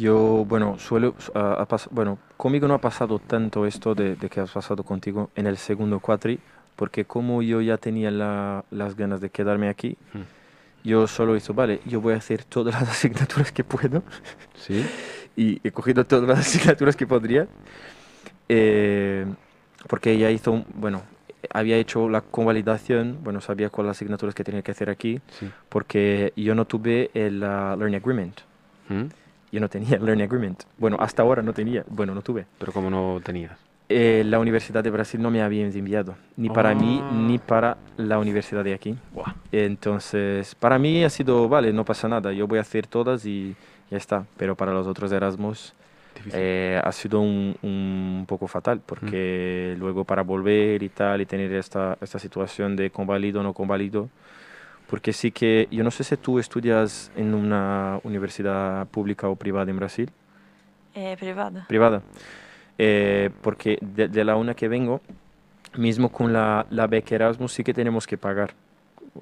Yo, bueno, suelo, su- ah, ha pas- bueno, conmigo no ha pasado tanto esto de, de que has pasado contigo en el segundo cuatri, porque como yo ya tenía la- las ganas de quedarme aquí, Hmm. yo solo hice, vale, yo voy a hacer todas las asignaturas que puedo, Sí. y he cogido todas las asignaturas que podría, eh, porque ella hizo, un- bueno, había hecho la convalidación, bueno, sabía cuáles las asignaturas que tenía que hacer aquí, sí. porque yo no tuve el ah, Learning Agreement. ¿Mm? Yo no tenía Learning Agreement. Bueno, hasta ahora no tenía. Bueno, no tuve. Pero como no tenías. Eh, la Universidad de Brasil no me había enviado, ni para mí Ah. ni para la universidad de aquí. Eh, Entonces, para mí ha sido, vale, no pasa nada, yo voy a hacer todas y ya está. Pero para los otros Erasmus Difícil. eh, ha sido un, un poco fatal, porque luego para volver y tal, y tener esta, esta situación de convalido o no convalido, porque sí que, yo no sé si tú estudias en una universidad pública o privada en Brasil Eh, privada. privada. Eh, porque de, de la una que vengo, mismo con la, la beca Erasmus, sí que tenemos que pagar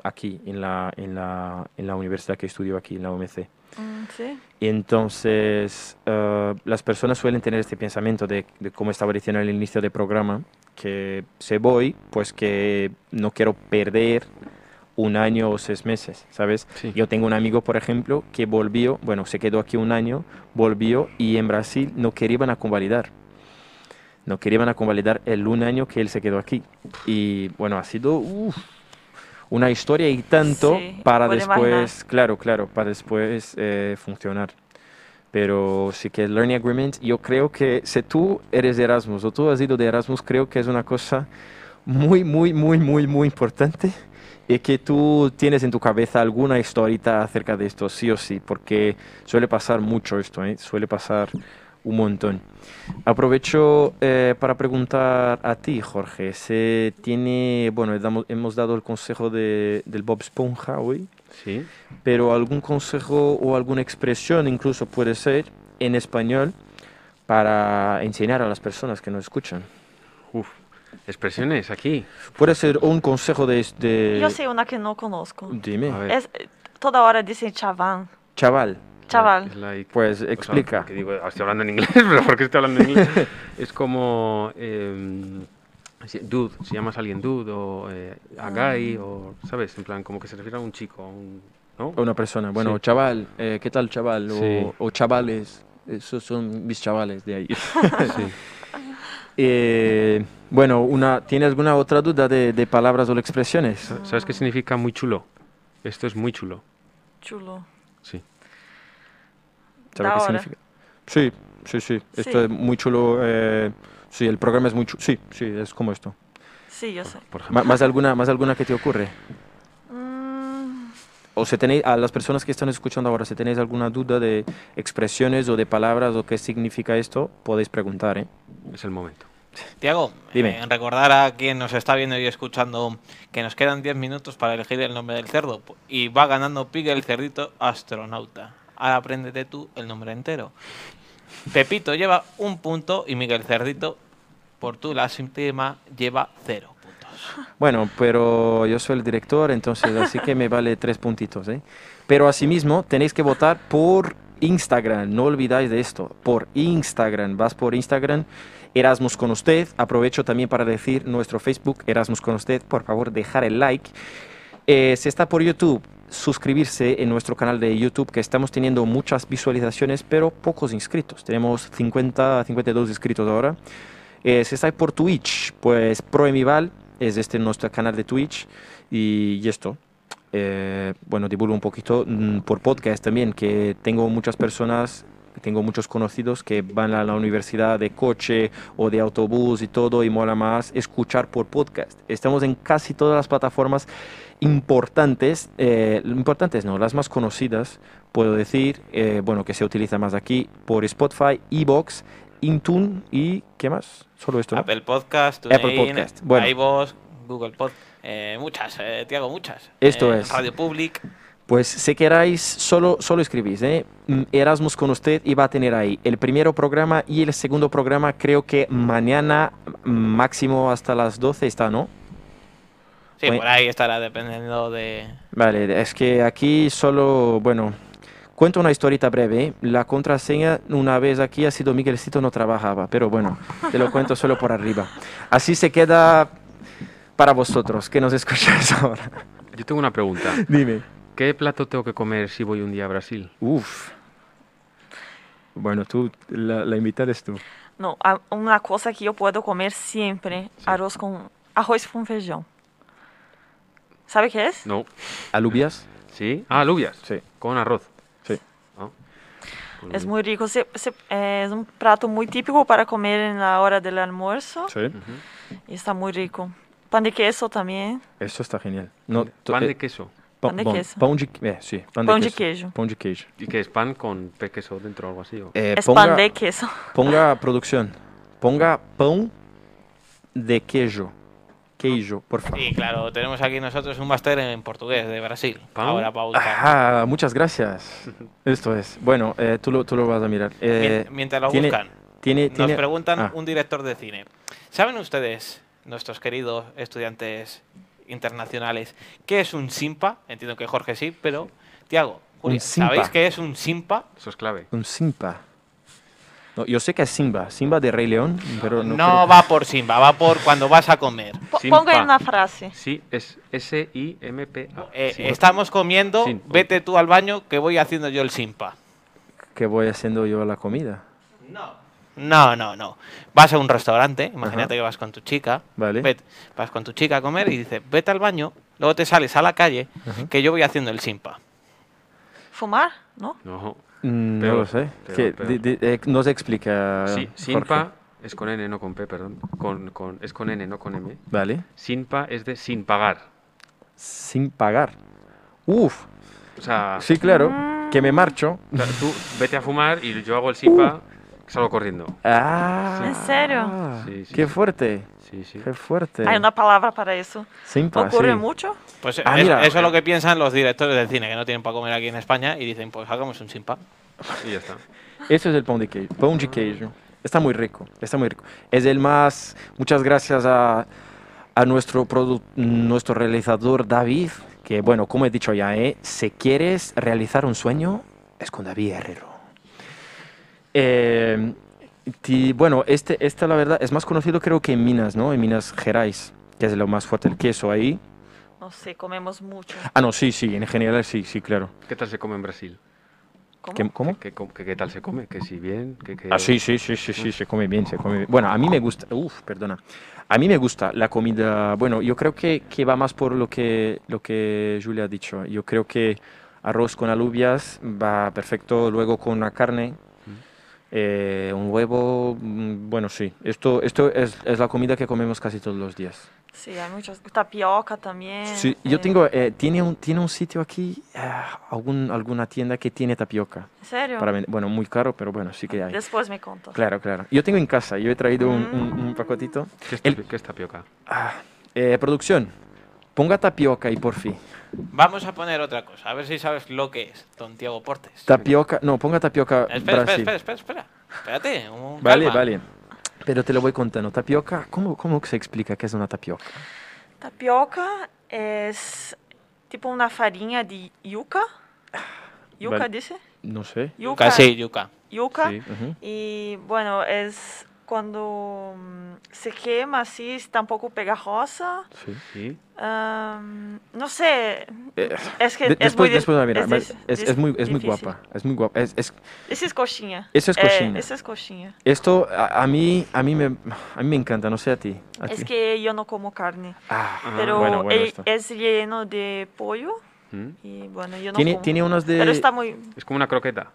aquí, en la, en la, en la universidad que estudio aquí, en la OMC. Mm, sí. Entonces, eh, las personas suelen tener este pensamiento de, de como estaba diciendo al inicio del programa, que se voy, pues que no quiero perder un año o seis meses, ¿sabes? Sí. Yo tengo un amigo, por ejemplo, que volvió, bueno, se quedó aquí un año, volvió y en Brasil no querían a convalidar. No querían a convalidar el un año que él se quedó aquí. Y bueno, ha sido uf, una historia y tanto Sí, para puedo después, imaginar. claro, claro, para después eh, funcionar. Pero sí que el Learning Agreement, yo creo que si tú eres de Erasmus o tú has ido de Erasmus, creo que es una cosa muy, muy, muy, muy, muy importante. Y que tú tienes en tu cabeza alguna historita acerca de esto, sí o sí, porque suele pasar mucho esto, ¿eh? suele pasar un montón. Aprovecho eh, para preguntar a ti, Jorge, se tiene, bueno, damos- hemos dado el consejo de, del Bob Esponja hoy, Sí. pero algún consejo o alguna expresión incluso puede ser en español para enseñar a las personas que nos escuchan. Uf. Expresiones aquí. Puede ser un consejo de... de- Yo sé una que no conozco. Dime, A ver. Es, toda hora dicen chaval. chaval, Chaval. Es like- pues o sea, explica. que digo, estoy hablando en inglés, pero ¿por qué estoy hablando en inglés? es como. eh, si- dude, si llamas a alguien dude o eh, a guy, o. ¿Sabes? En plan, como que se refiere a un chico, a un. ¿No? A una persona, bueno, Sí. chaval, eh, ¿qué tal chaval? O, Sí. o chavales, esos son mis chavales de ahí. Sí. Eh, bueno, una, ¿tiene alguna otra duda de, de palabras o expresiones? Sa- ¿Sabes qué significa muy chulo? Esto es muy chulo. Chulo. Sí. ¿Sabe Da qué hora. significa? Sí, sí, sí, esto Sí. es muy chulo. eh, sí, el programa es muy chulo. Sí, sí, es como esto. Sí, yo sé. Por ejemplo. Ma- ¿Más alguna, más alguna que te ocurre? Mm, O si tenéis, a las personas que están escuchando ahora, si tenéis alguna duda de expresiones o de palabras o qué significa esto, podéis preguntar, ¿eh? Es el momento. Tiago, Dime. eh, recordar a quien nos está viendo y escuchando que nos quedan 10 minutos para elegir el nombre del cerdo p- y va ganando Pique el cerdito astronauta. Ahora apréndete tú el nombre entero. Pepito lleva un punto y Miguel Cerdito, por tu lástima, lleva cero puntos. Bueno, pero yo soy el director, entonces así que me vale tres puntitos, ¿eh? Pero asimismo, tenéis que votar por Instagram, no olvidáis de esto, por Instagram, vas por Instagram, Erasmus con usted, aprovecho también para decir nuestro Facebook, Erasmus con usted, por favor dejar el like. Eh, si está por YouTube, suscribirse en nuestro canal de YouTube, que estamos teniendo muchas visualizaciones, pero pocos inscritos, tenemos 50, 52 inscritos ahora. Eh, si estáis por Twitch, pues Proemival es este nuestro canal de Twitch y, y esto. Eh, bueno, divulgo un poquito mm, por podcast también, que tengo muchas personas, tengo muchos conocidos que van a la universidad de coche o de autobús y todo y mola más escuchar por podcast. Estamos en casi todas las plataformas importantes, eh, importantes no, las más conocidas, puedo decir, eh, bueno, que se utiliza más aquí, por Spotify, Evox, Intune y ¿qué más? Solo esto. ¿no? Apple Podcast, Apple TuneIn, Podcast, bueno. iVoox, Google Podcast. muchas, eh, Tiago, muchas. Esto Eh, es. Radio Public. Pues si queráis, solo, solo escribís, ¿eh? Mm, Erasmus con usted y va a tener ahí el primero programa y el segundo programa creo que mañana mm, máximo hasta las 12 está, ¿no? Sí, Bueno. por ahí estará dependiendo de. Vale, es que aquí solo, bueno, cuento una historita breve. ¿eh? La contraseña una vez aquí ha sido Miguelcito no trabajaba, pero bueno, te lo cuento solo por arriba. Así se queda para vosotros que nos escucháis ahora. Yo tengo una pregunta. Dime. Uh, ¿Qué plato tengo que comer si voy un día a Brasil? Uf. Bueno, tú, la, la invitada es tú. No, a- uma coisa que eu posso comer sempre, arroz com arroz com feijão. Sabe o que é? No. ¿Alubias? ¿Sí? Ah, alubias. Sí. Con arroz. Sí. Ah. Con É un- muito rico, se, se, é um prato muito típico para comer na hora do almoço Sí. e está muito rico. Pão de queijo também, Eso está genial. No, to- Pan eh, de queso. pa- pan de bon- queso. Pan de, eh, sí, pan Pan de de queso. queijo. Pan de queso. ¿Y qué es pan con pe- queso dentro o algo así? o? Eh, é ponga- pão de queijo. Ponga producción. Ponga pão de queijo. Queijo, por favor. Sí, claro, tenemos aquí nosotros un máster en portugués de Brasil. Pau. Ahora, Pau. Ajá, Ah, muchas gracias. Esto es. Bueno, eh, tú, lo, tú lo vas a mirar. Eh, Mien- Mientras lo tiene- buscan, tiene, nos tiene- preguntan ah, un director de cine. ¿Saben ustedes, nuestros queridos estudiantes internacionales, qué es un simpa? Entiendo que Jorge sí, pero Tiago, Julia, Un simpa. ¿sabéis qué es un simpa? Eso es clave. un simpa. No, yo sé que es Simba, Simba de Rey León, pero no. No, creo- va por simpa, va por cuando vas a comer. Sin Ponga pa. aí na Eh. frase. Sí, es Ah, S-I-M-P-A. Eh, Sí. Estamos comiendo, Simpa. vete tú al baño que voy haciendo yo el simpa. ¿Qué voy haciendo yo a la comida? No, no, no. Vas a un restaurante, imagínate que vas con tu chica, Vale. vet- vas con tu chica a comer y dices, vete al baño, luego te sales a la calle, que yo voy haciendo el simpa. Fumar? Não? No. Mm, Peor, no lo sé. peor, ¿Qué- peor. di- di- eh, nos explica. Sí, Jorge? Sinpa es con N, no con P, perdón. Con, con- es con N, no con M. Vale. Sinpa es de sin pagar. Sin pagar. Uf, O sea, sí, claro. Ah. Que me marcho. o sea, tú vete a fumar y yo hago el Sinpa, salgo corriendo. Ah, ¿En serio? Sí, sí, Qué sí. fuerte, Sí, sí. qué fuerte. Há uma palavra para isso. Simpa, Ocorre Ah, sí. muito? Pues Ah, es- mira. eso es lo que piensan los directores de cine, que no tienen para comer aquí en España y dicen, pues hagamos un simpa. Y ya está. Eso es el pão de queijo. Pão de queijo. Está muy rico, está muy rico. Es el más. Muchas gracias a, a nuestro, produ- nuestro realizador David, que bueno, como he dicho ya, ¿eh? si quieres realizar un sueño, es con David Herrero. Eh, ti- bueno, este, esta la verdad es más conocido creo que en Minas, ¿no? En Minas Gerais, que es lo más fuerte, el queso ahí. Não sei, comemos muito. Ah, no, sí, sí, en general sí, sí, claro. ¿Qué tal se come en Brasil? Como? ¿Qué- ¿Cómo? ¿Qué, qué- qué- qué tal se come? Que si bien, que, que- Ah, sí, sí, sí, sí, sí, se come bien, se come bien. Bueno, a mí me gusta, uff, perdona. A mí me gusta la comida, bueno, yo creo que, que va más por lo que, lo que Julia ha dicho. Yo creo que arroz con alubias va perfecto, luego con una carne, eh, un huevo, mm, bueno, sí. Esto, esto es, es la comida que comemos casi todos los días. Sim, há muitas. Tapioca também. Sí, eh, yo tengo, eh, tiene, un, tiene un sitio aquí, ah, algún, alguna tienda que tiene tapioca. Sério? Para vend- bueno, muy caro, pero bueno, sí que hay. Depois me conta. Claro, claro. Yo tengo en casa, yo he traído un, un- Mm. un pacotito. ¿Qué es, El- tapi- qué es tapioca? Ah, eh, producción, ponga tapioca y por fin. Vamos a poner otra cosa, a ver si sabes lo que es, don Tiago Portes. Tapioca, no, ponga tapioca espera, espera, Brasil. espera, espera, espera. Espérate, un- Vale, calma. vale. Pero te lo voy contando. Tapioca, ¿cómo, cómo se explica qué es una tapioca? Tapioca é s- tipo uma farinha de yuca. Yuca, Ah, Vale. disse? No sé. Yuca. Yuca, sí, yuca. Yuca. Sí. Ujú. E, bueno, é quando hum, se queima assim, está um pouco pegajosa. Sí. Hum, não sei. Eh, É que de- é después, muito di- después, mira, es mira, dis- es, dis- es muy, es muy difícil. guapa, es muy guapa. Es- es- Esses coxinha. Eso es coxinha. É, esses coxinha. esto a, a mí, a mí me, a mí me encanta, no sé a ti. A Es ti. que yo no como carne, Ah, pero bueno, bueno, e- esto. es lleno de pollo Mm. y bueno, yo no tiene, como. tiene unos de... Pero está muy... Es como una croqueta.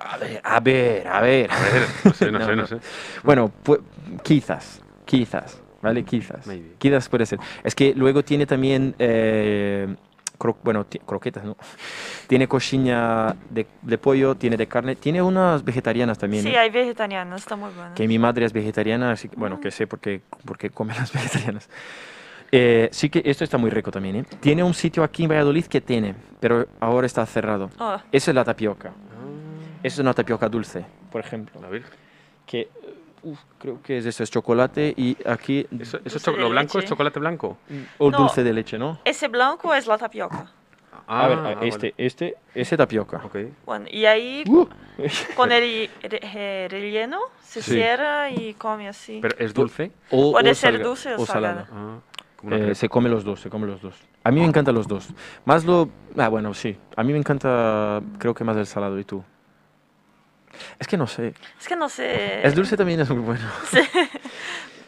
A ver, a ver, a ver. A ver, no sé, no, No, sé, no no. sé. Bueno, pues, quizás, quizás, ¿vale? Quizás. Maybe. Quizás puede ser. Es que luego tiene también eh, cro- bueno, ti- croquetas, ¿no? Tiene cochinilla de, de pollo, tiene de carne, tiene unas vegetarianas también. Sí, ¿eh? hay vegetarianas, está muy buena. Que mi madre es vegetariana, así que, bueno, que sé por qué, por qué come las vegetarianas. Eh, sí que esto está muy rico también, ¿eh? Tiene un sitio aquí en Valladolid que tiene, pero ahora está cerrado. Oh, Esa es la tapioca. Esa es una tapioca dulce, por ejemplo. Ah, La Virgen. Que, eh, uf, creo que es eso, es chocolate y aquí... ¿Eso, eso Dulce es cho- de ¿Lo blanco es leche. chocolate blanco? O No. dulce de leche, ¿no? ese blanco es la tapioca. a ver, a- Ah, vale. este, este, ese tapioca. Ok. Bueno, y ahí Uh. con el re- eh, relleno se Sí. cierra y come así. Pero es dulce. O, Puede o ser salga- dulce o salada. Ah, como una Eh, crepa. se come los dos, se come los dos. A mí me encantan los dos. Más lo... Ah, bueno, sí. A mí me encanta, creo que más el salado. ¿Y tú? Es que no sé. Es que no sé. Es dulce también es muy bueno.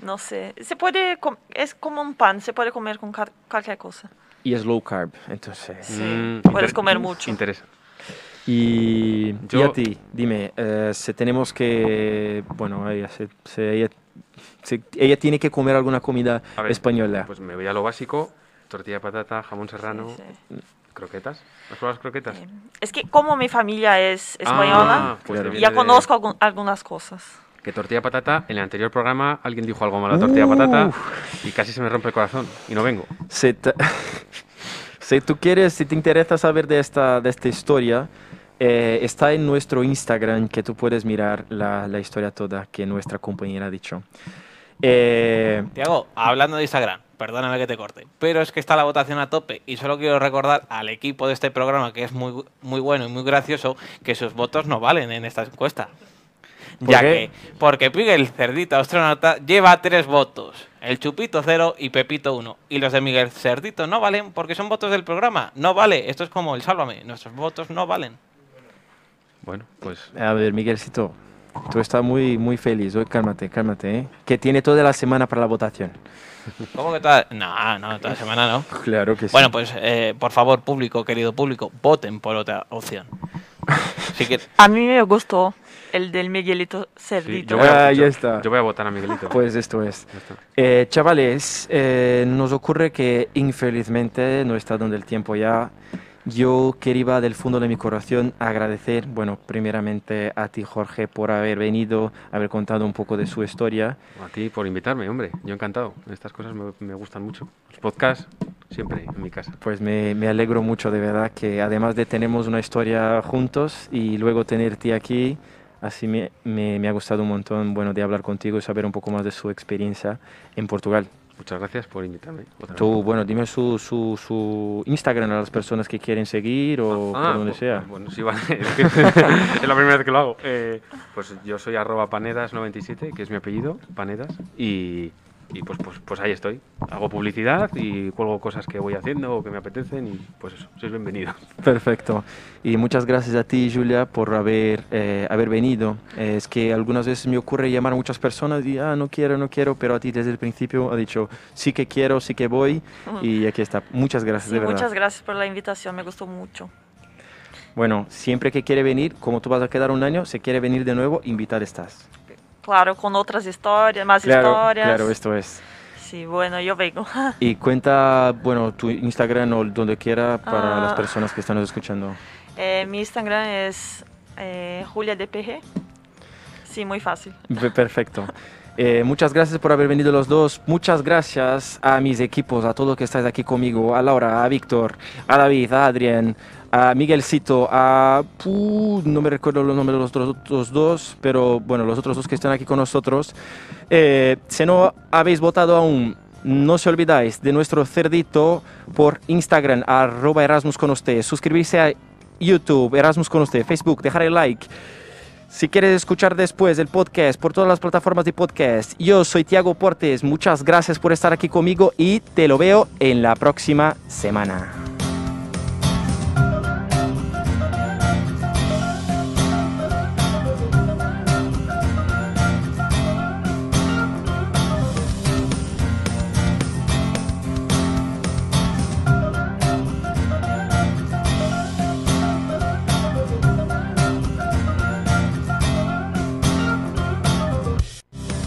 No sé. Se puede com- es como un pan, se puede comer con cal- cualquier cosa. Y es low carb, entonces. Sí, Mm, puedes inter- comer mucho. Interesa. Y, y Yo- a ti, dime, eh, si tenemos que... Bueno, ella, se- se- ella, se- ella tiene que comer alguna comida A ver, española. Pues me voy a lo básico. Tortilla de patata, jamón serrano, Sí, sí. croquetas. ¿Has probado las croquetas? Eh, Es que como mi familia es española, Ah, pues Claro. te ya viene de- conozco algu- algunas cosas. Que tortilla de patata, en el anterior programa alguien dijo algo malo de tortilla de patata y casi se me rompe el corazón y no vengo. Si, te- si tú quieres, si te interesa saber de esta, de esta historia, eh, está en nuestro Instagram que tú puedes mirar la, la historia toda que nuestra compañera ha dicho. Eh, Tiago, hablando de Instagram, perdóname que te corte, pero es que está la votación a tope y solo quiero recordar al equipo de este programa, que es muy, muy bueno y muy gracioso, que sus votos no valen en esta encuesta. ¿Por ya qué? que, porque Miguel Cerdito Astronauta lleva tres votos, el Chupito cero y Pepito uno. Y los de Miguel Cerdito no valen porque son votos del programa, no vale, esto es como el Sálvame, nuestros votos no valen. Bueno, pues a ver, Miguelcito, tú estás muy, muy feliz hoy, cálmate, cálmate, ¿eh? que tiene toda la semana para la votación. ¿Cómo que toda... No, no, toda semana no. Claro que sí. Bueno, pues eh, por favor, público, querido público, voten por otra opción. Así que A mí me gustó el del Miguelito sí, Cerdito. yo, voy a, Ah, yo- ya está. yo voy a votar a Miguelito. Pues esto es. Ya está. Eh, chavales, eh, nos ocurre que infelizmente no está dando el tiempo ya. Yo quería del fondo de mi corazón agradecer, bueno, primeramente a ti Jorge por haber venido, haber contado un poco de su historia. A ti por invitarme, hombre. Yo encantado. Estas cosas me, me gustan mucho. Los podcasts, siempre en mi casa. Pues me, me alegro mucho de verdad que además de tenemos una historia juntos y luego tenerte aquí, así me, me- me ha gustado un montón, bueno, de hablar contigo y saber un poco más de su experiencia en Portugal. Muchas gracias por invitarme. otra vez. Tú, bueno, dime su, su, su Instagram a las personas que quieren seguir o Ah, por donde bu- sea. Bueno, sí, vale. Es, que es la primera vez que lo hago. Eh, pues yo soy arroba panedas97, que es mi apellido, panedas. Y, y pues, pues, pues ahí estoy. Hago publicidad y cuelgo cosas que voy haciendo o que me apetecen. Y pues eso, sois bienvenidos. Perfecto. Y muchas gracias a ti, Julia, por haber, eh, haber venido. Eh, es que algunas veces me ocurre llamar a muchas personas y, ah, no quiero, no quiero, pero a ti desde el principio ha dicho, sí que quiero, sí que voy. Y aquí está. Muchas gracias, Sí, de verdad. muchas gracias por la invitación, me gustó mucho. Bueno, siempre que quiere venir, como tú vas a quedar un año, si quiere venir de nuevo, invitar estás. Claro, con otras historias, más Claro, historias. claro, esto es. Sí, bueno, yo vengo. Y cuenta, bueno, tu Instagram o donde quiera para Ah. las personas que están escuchando. Eh, mi Instagram es eh, JuliaDPG. Sí, muy fácil. Pe- Perfecto. Eh, muchas gracias por haber venido los dos. Muchas gracias a mis equipos, a todos que estáis aquí conmigo, a Laura, a Víctor, a David, a Adrián, a Miguelcito, a... Pu- no me recuerdo los nombres de los otros- otros dos, pero bueno, los otros dos que están aquí con nosotros. Eh, si no habéis votado aún, no se olvidáis de nuestro cerdito por Instagram, arroba Erasmus con usted. Suscribirse a YouTube, Erasmus con usted, Facebook, dejar el like. Si quieres escuchar después el podcast por todas las plataformas de podcast, yo soy Tiago Portes. Muchas gracias por estar aquí conmigo y te lo veo en la próxima semana.